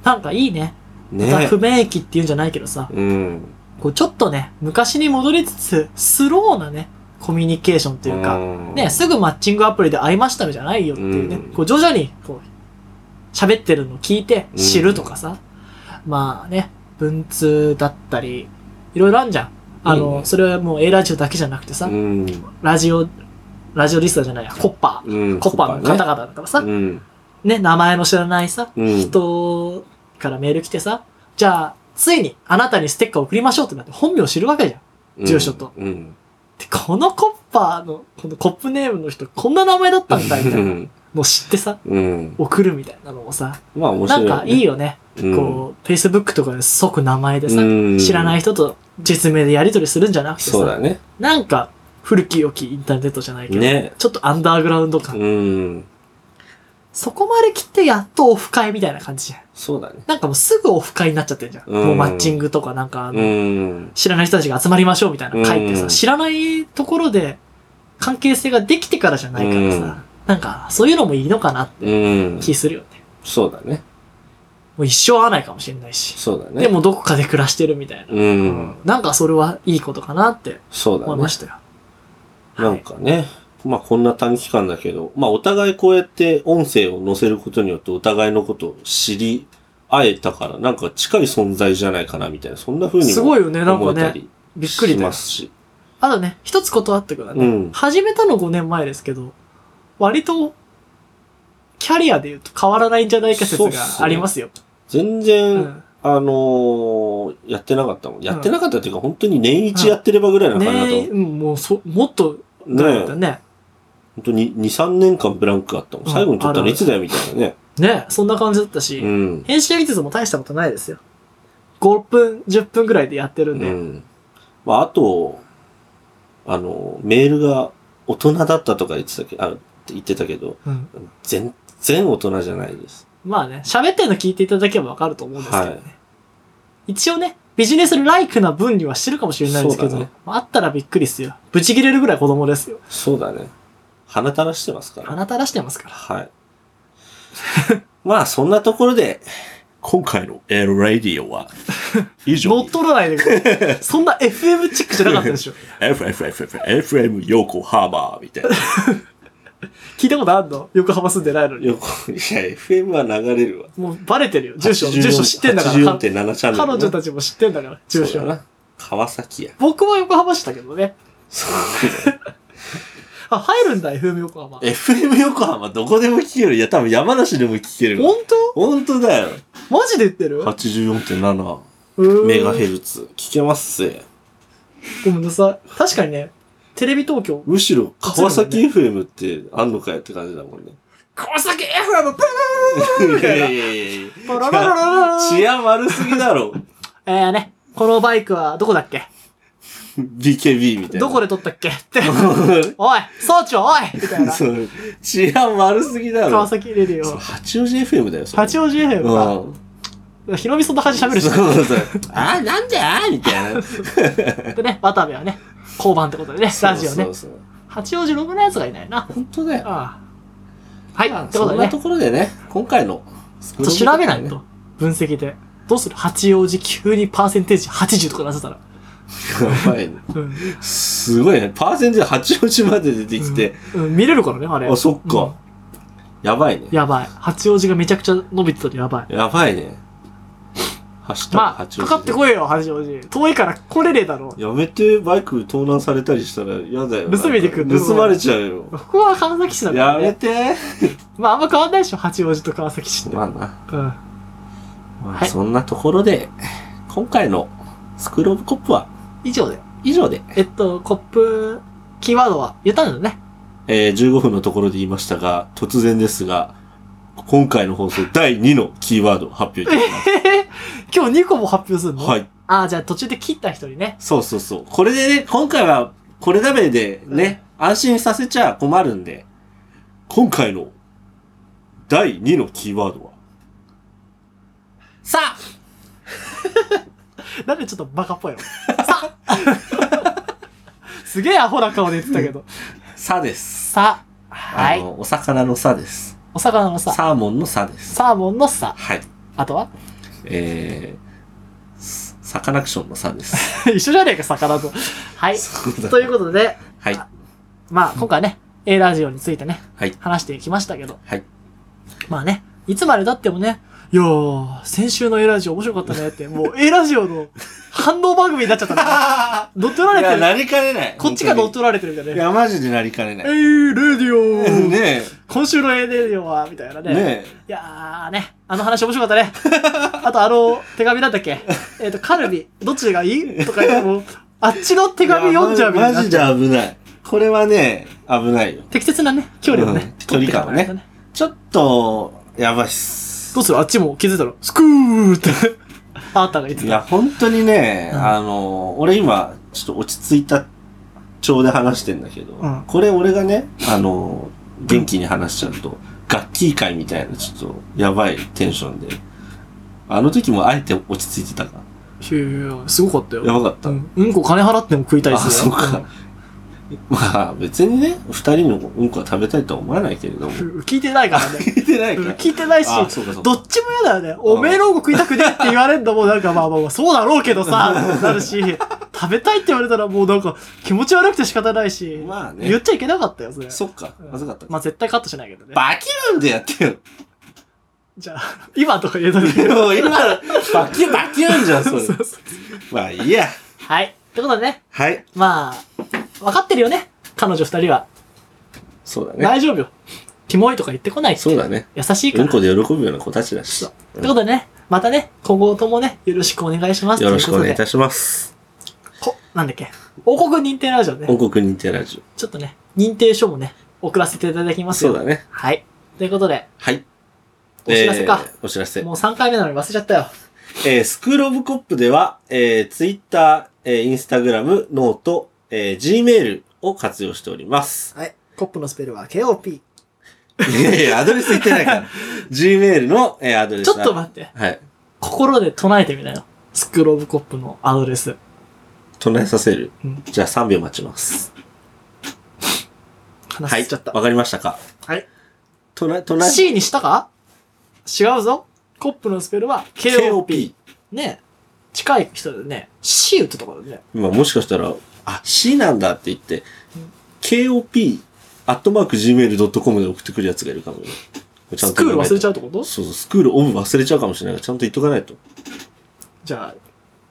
B: なんかいいね。また
C: ね
B: 不明駅っていうんじゃないけどさ、
C: うん。
B: こうちょっとね、昔に戻りつつ、スローなね、コミュニケーションというか、
C: ん
B: ね、すぐマッチングアプリで会いましたのじゃないよっていうね、
C: うん
B: こう徐々に、こう、喋ってるのを聞いて知るとかさ、まあね、文通だったり、いろいろあんじゃん。あの、
C: うん
B: それはもう A ラジオだけじゃなくてさ、
C: うん。
B: ラジオ、ラジオリストじゃないや、コッパー。
C: うん
B: コッパーの方々だからさ、
C: うん。
B: ね、名前の知らないさ、
C: うん
B: 人からメール来てさ、じゃあ、ついにあなたにステッカーを送りましょうってなって本名知るわけじゃん。
C: うん
B: 住所と
C: うん。
B: で、このコッパーの、このコップネームの人、こんな名前だったんだ、みた
C: う。
B: いなんの知ってさ、
C: うん。
B: 送るみたいなのもさ、
C: まあ面
B: な
C: 白い
B: ん
C: ね。
B: かいいよね。
C: うん
B: こう、Facebook とかで即名前でさ、
C: うん
B: 知らない人と実名でやり取りするんじゃなくて
C: そう
B: さ、
C: だね。
B: なんか古き良きインターネットじゃないけど、
C: ね。
B: ちょっとアンダーグラウンド感。
C: うん。
B: そこまで来てやっとオフ会みたいな感じじゃん。
C: そうだね。
B: なんかもうすぐオフ会になっちゃってるじゃん。
C: うん
B: もうマッチングとかなんかあの、
C: うん。
B: 知らない人たちが集まりましょうみたいな会ってさ、
C: うん
B: 知らないところで関係性ができてからじゃないから
C: うん
B: さ、なんかそういうのもいいのかなって
C: うん。
B: 気するよね。
C: そうだね。
B: もう一生会わないかもしれないし、
C: そうだね。
B: で、もどこかで暮らしてるみたいな。
C: うん。
B: なんかそれはいいことかなって
C: そうだ
B: 思い
C: ね
B: まし。たよ。
C: なんかね。まあこんな短期間だけど、まあお互いこうやって音声を載せることによってお互いのことを知り合えたから、なんか近い存在じゃないかなみたいな、そんな風にも
B: すごいよねなんかね
C: 思えたり
B: びっくり
C: し
B: だよ
C: ま。すし。
B: あとね、一つ断ってくだね、
C: うん
B: 始めたの5年前ですけど、割と、キャリアで言うと変わらないんじゃないか説
C: そうっ
B: が
C: すね
B: ありますよ。
C: 全然、
B: うん
C: あのーやってなかったもん。やってなかったっていうか、本当に年一やってればぐらいな感じだと思う。
B: ねえ、うんもうそ、もっと、
C: ねえ
B: だね。
C: 本当に2、3年間ブランクあったもん。
B: うん
C: 最後に撮った
B: あ
C: の
B: る
C: いつだよみたいなね。
B: ねえ、そんな感じだったし、
C: うん。
B: 編集技術も大したことないですよ。5分、10分ぐらいでやってるん
C: う
B: で。
C: ん。まあ、あと、あの、メールが大人だったとか言ってたけあ言ってたけど、
B: うん
C: 全然大人じゃないです。
B: まあね、喋ってるの聞いていただければわかると思うんですけどね。
C: はい
B: 一応ね、ビジネスライクな分にはしてるかもしれないですけ
C: そ
B: ど、
C: うだね
B: まああったらびっくりっすよ。ブチ切れるぐらい子供ですよ。
C: そうだね。鼻垂らしてますから。
B: 鼻垂らしてますから。
C: はい。 [LAUGHS] まあ、そんなところで、今回の L ラディオ [LAUGHS] は、以上
B: 乗っ取らないでく
C: [LAUGHS]
B: れ。そんな FM チックじゃなかったでしょ。
C: FFFFFM 横浜みたいな。
B: 聞いたことあんの横浜住んでないのに。
C: 横、いや、FM は流れるわ。
B: もうバレてるよ。住所、
C: 84
B: 住所知ってんだか
C: 84.7
B: ら。
C: チャンネルな。
B: 彼女たちも知ってんだから、住
C: そうだ
B: 所。
C: な。川崎や。
B: 僕も横浜市だけどね。
C: そう
B: あ、入るんだ、FM 横浜。
C: FM 横浜どこでも聞ける。いや、多分山梨でも聞けるわ。
B: 本当
C: 本当だよ。
B: マジで言ってる
C: 84.7メ
B: メ
C: ガヘルツ。聞けますぜ。
B: ごめんなさい。確かにね、テレビ東京。
C: むしろ川崎 FM ってあんのかよって感じだもんね。
B: 川崎 FM! ブー
C: いやいやいやいや。
B: パララ
C: [LAUGHS]
B: ラララ
C: 治安悪すぎだろ。
B: えーね、このバイクはどこだっけ
C: BKB みたいな。
B: どこで撮ったっけって。
C: [LAUGHS]
B: おい総長おいみたいな。
C: そう治安悪すぎだろ
B: 川。崎レディ
C: そう
B: オ。
C: 八王子 FM だよ、それ
B: 八王子 FM か。
C: うん。
B: ひろみそんな感じ喋るし。
C: そうそうそう。 [LAUGHS] あー、なんであーみた [LAUGHS] いな。
B: でね、渡部はね、交番ってことでね、ラジオね
C: そう。そうそう
B: 八王子ろくなやつがいないな。
C: 本当だよ。
B: ああはい、
C: まあ
B: って
C: そ
B: こと
C: ん
B: で
C: な
B: ね
C: と。ころでね、今回の。
B: ちょっと調べないと。。分析で。どうする八王子急にパーセンテージ80とか出せたら。
C: 前に。
B: うん。
C: すごいね。パーセンテージ八王子まで出てきて。
B: うん、うん見れるからね、あれ。
C: あ、そっ
B: うん
C: か。やばいね。
B: やばい。八王子がめちゃくちゃ伸びてたらやばい。
C: やばいね。ハッシュタグ
B: まあ、
C: 八王
B: か
C: 子。
B: かってこいよ、八王子。遠いから来れねえだろ。
C: やめて、バイク盗難されたりしたら嫌だよ。
B: 盗みに来る
C: なんか盗まれちゃう
B: [LAUGHS]
C: よ。
B: ここは川崎市だか
C: や
B: ら
C: め
B: ね。
C: て。
B: まあ、あんま変わんないでしょ、八王子と川崎市って。
C: まあな。
B: うん。
C: ま
B: は
C: あ、
B: い
C: そんなところで、今回のスクールオブコップは
B: 以上で。
C: 以上で、
B: えっと、コップ、キーワードは言ったんだよね。 [LAUGHS]
C: えー、15分のところで言いましたが、突然ですが、今回の放送第2のキーワードを発表いたします。
B: 今日2個も発表するの
C: はい。
B: ああ、じゃあ途中で切った人にね。
C: そうそうそう。これでね、今回は、これだめでね、安心させちゃ困るんで、今回の第2のキーワードは、
B: さあ [LAUGHS] なんでちょっとバカっぽいのさ [LAUGHS] あすげえアホな顔で言ってたけど。
C: さです。
B: さあは
C: あ
B: い。
C: の、お魚の差です。
B: お魚のさ、
C: サーモンの差です。
B: サーモンのさ、
C: はい。
B: あとは [LAUGHS]
C: えー、すサカナクションの差です。
B: 一緒じゃねえか、魚と。はい。
C: そうだ
B: [LAUGHS] ということで、
C: はい。
B: まあ、今回ね、A ラジオについてね、
C: はい
B: 話してきましたけど、 [LAUGHS]
C: はい。
B: まあね、いつまで経ってもね、いやー、先週の A ラジオ面白かった
C: [LAUGHS]
B: ねって、もう A ラジオの反応番組になっちゃったから、乗っ取られてる。
C: りかねない
B: こっちが乗っ
C: 本
B: 取られてるみた
C: 当
B: い
C: にい
B: なね。
C: や、マジでなりかね
B: え
C: ない。
B: ー、レディオ
C: [LAUGHS] ね
B: 今週の A レディオは、みたいな
C: え。ね
B: いやーね、あの話面白かったね。
C: [LAUGHS]
B: あとあの手紙なんだっけえっ、と、カルビ、どっちがいいとか言っても、あっちの手
C: え。
B: 紙読んじゃうみ
C: い
B: た
C: や
B: い
C: ま
B: な
C: マジ。で危ない。これはね、危ないよ。
B: 適切なね、距離をね、
C: うん
B: 取っていかない
C: 距離
B: と
C: 感をちょっと、やばいっす。
B: どうするあっちも気づいたら、スク
C: [LAUGHS]
B: ーって、あーたが言って
C: い
B: た。
C: や、本当にね、
B: うん
C: あの、俺今、ちょっと落ち着いた調で話してんだけど、
B: うん
C: これ俺がね、あの、元気に話しちゃうと、楽器会みたいな、ちょっと、やばいテンションで。あの時もあえて落ち着いてたか
B: いやいやいやすごかった
C: ら。や
B: よ。
C: ばかった。
B: うん、うんこ金払っても食いたいっす
C: あ、そうか
B: ん。
C: まあ、別にね、二人のうんこは食べたいとは思わないけれど
B: [LAUGHS]
C: も。
B: ふ聞いてないからね。
C: 聞いてない
B: うん聞いてないし、
C: あ、そうかそう
B: ど
C: か。
B: っちも嫌だよね。おめえのうんこ食いたくねえって言われんのも、なんかまあまあまあ、そうだろうけ
C: [LAUGHS]
B: どさ、なるし、食べたいって言われたらもうなんか気持ち悪くて仕方ないし、
C: まあ
B: 言っ
C: ね。
B: ちゃいけなかったよ、それ。
C: そっか。まずかった。
B: まあ絶対カットしないけどね。
C: バキューンでやってよ。
B: じゃあ、 [LAUGHS] 今とか言えた
C: [LAUGHS]
B: ら。
C: でも今の、バキューン、バキューンじゃん、それ。
B: [LAUGHS] そうそう
C: まあいいや。
B: はい。ってことでね、
C: はい。
B: まあ、分かってるよね。彼女二人は。
C: そうだね。
B: 大丈夫よ。キモいとか言ってこない。
C: そうだね。
B: 優しいか
C: うん
B: ら。
C: こで喜ぶような子たちだし
B: そう。ってことでね、またね、今後ともね、よろしくお願いします。
C: よろしくお願いい
B: とい
C: た
B: う
C: します。
B: ことでこなんだっけ王国認定ラジオね。
C: 王国認定ラジ
B: ちょっとね、認定書もね、送らせていただき
C: オ。
B: ます
C: そ
B: よ。
C: うだね。
B: はい。ということで、
C: はい。
B: お知らせか
C: えー。お知らせ。
B: もう3回目なのに忘れちゃったよ。
C: えースクールオブコップでは、えー、ツイッター、えー、インスタグラム、ノート、えー、Gmail を活用しており
B: [LAUGHS]
C: ます。
B: はい。コップのスペルは KOP。
C: いやいや、アドレス言ってない
B: [LAUGHS]
C: から。Gmail の、えー、アドレス
B: ちょ
C: は。
B: っと待って。
C: はい。
B: 心で唱えてみなよ。スクローブコップのアドレス。
C: 唱えさせる。
B: うん
C: じゃあ3秒待ちます。
B: 話しちゃった。
C: わかりましたか
B: はい。
C: 唱え、唱え、
B: C にしたか違うぞ。コップのスペルは KOP。
C: KOP。
B: ねえ近い人だよね。C 打ってたからね。
C: 今もしかしたら、あ、C なんだって言って、KOP、アットマーク Gmail.com で送ってくるやつがいるかもよ。ちゃ
B: ス
C: んと
B: クール忘れちゃ
C: う
B: うってこと
C: そうそう、スクールオブ忘れちゃうかもしれないから、ちゃんと言っとかないと。
B: じゃあ、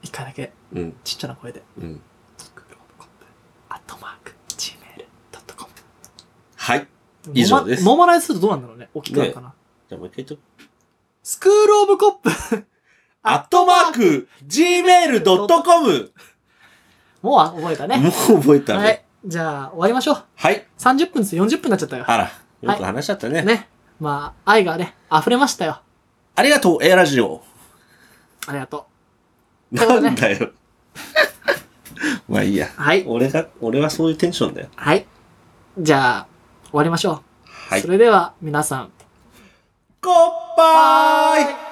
B: 一回だけ
C: うん、
B: ちっちゃな声で。
C: うん。
B: スクローブコップ。アットマーク、gmail.com。
C: はい。以上です
B: ノーマライズするとどうなんだろうね。大きくなるかな。
C: じゃあもう一回言っとく。
B: スクールオブコップ。
C: アットマーク Gmail.com!
B: もうは覚えたね。
C: もう覚えた
B: は
C: ね。
B: い。じゃあ、終わりましょう。
C: はい。
B: 30分ずつ40分になっちゃったよ。
C: あら、よく話しちゃったね。
B: ね。まあ、愛がね、溢れましたよ。
C: ありがとう、A ラジオ。
B: ありがとそ
C: な
B: うだね
C: んだよ。まあいいや。
B: う。はい。
C: 俺が、俺はそういうテンションだよ。
B: はい。じゃあ、終わりましょう。
C: はい
B: そ。れでは、皆さん。
C: ゴッバイ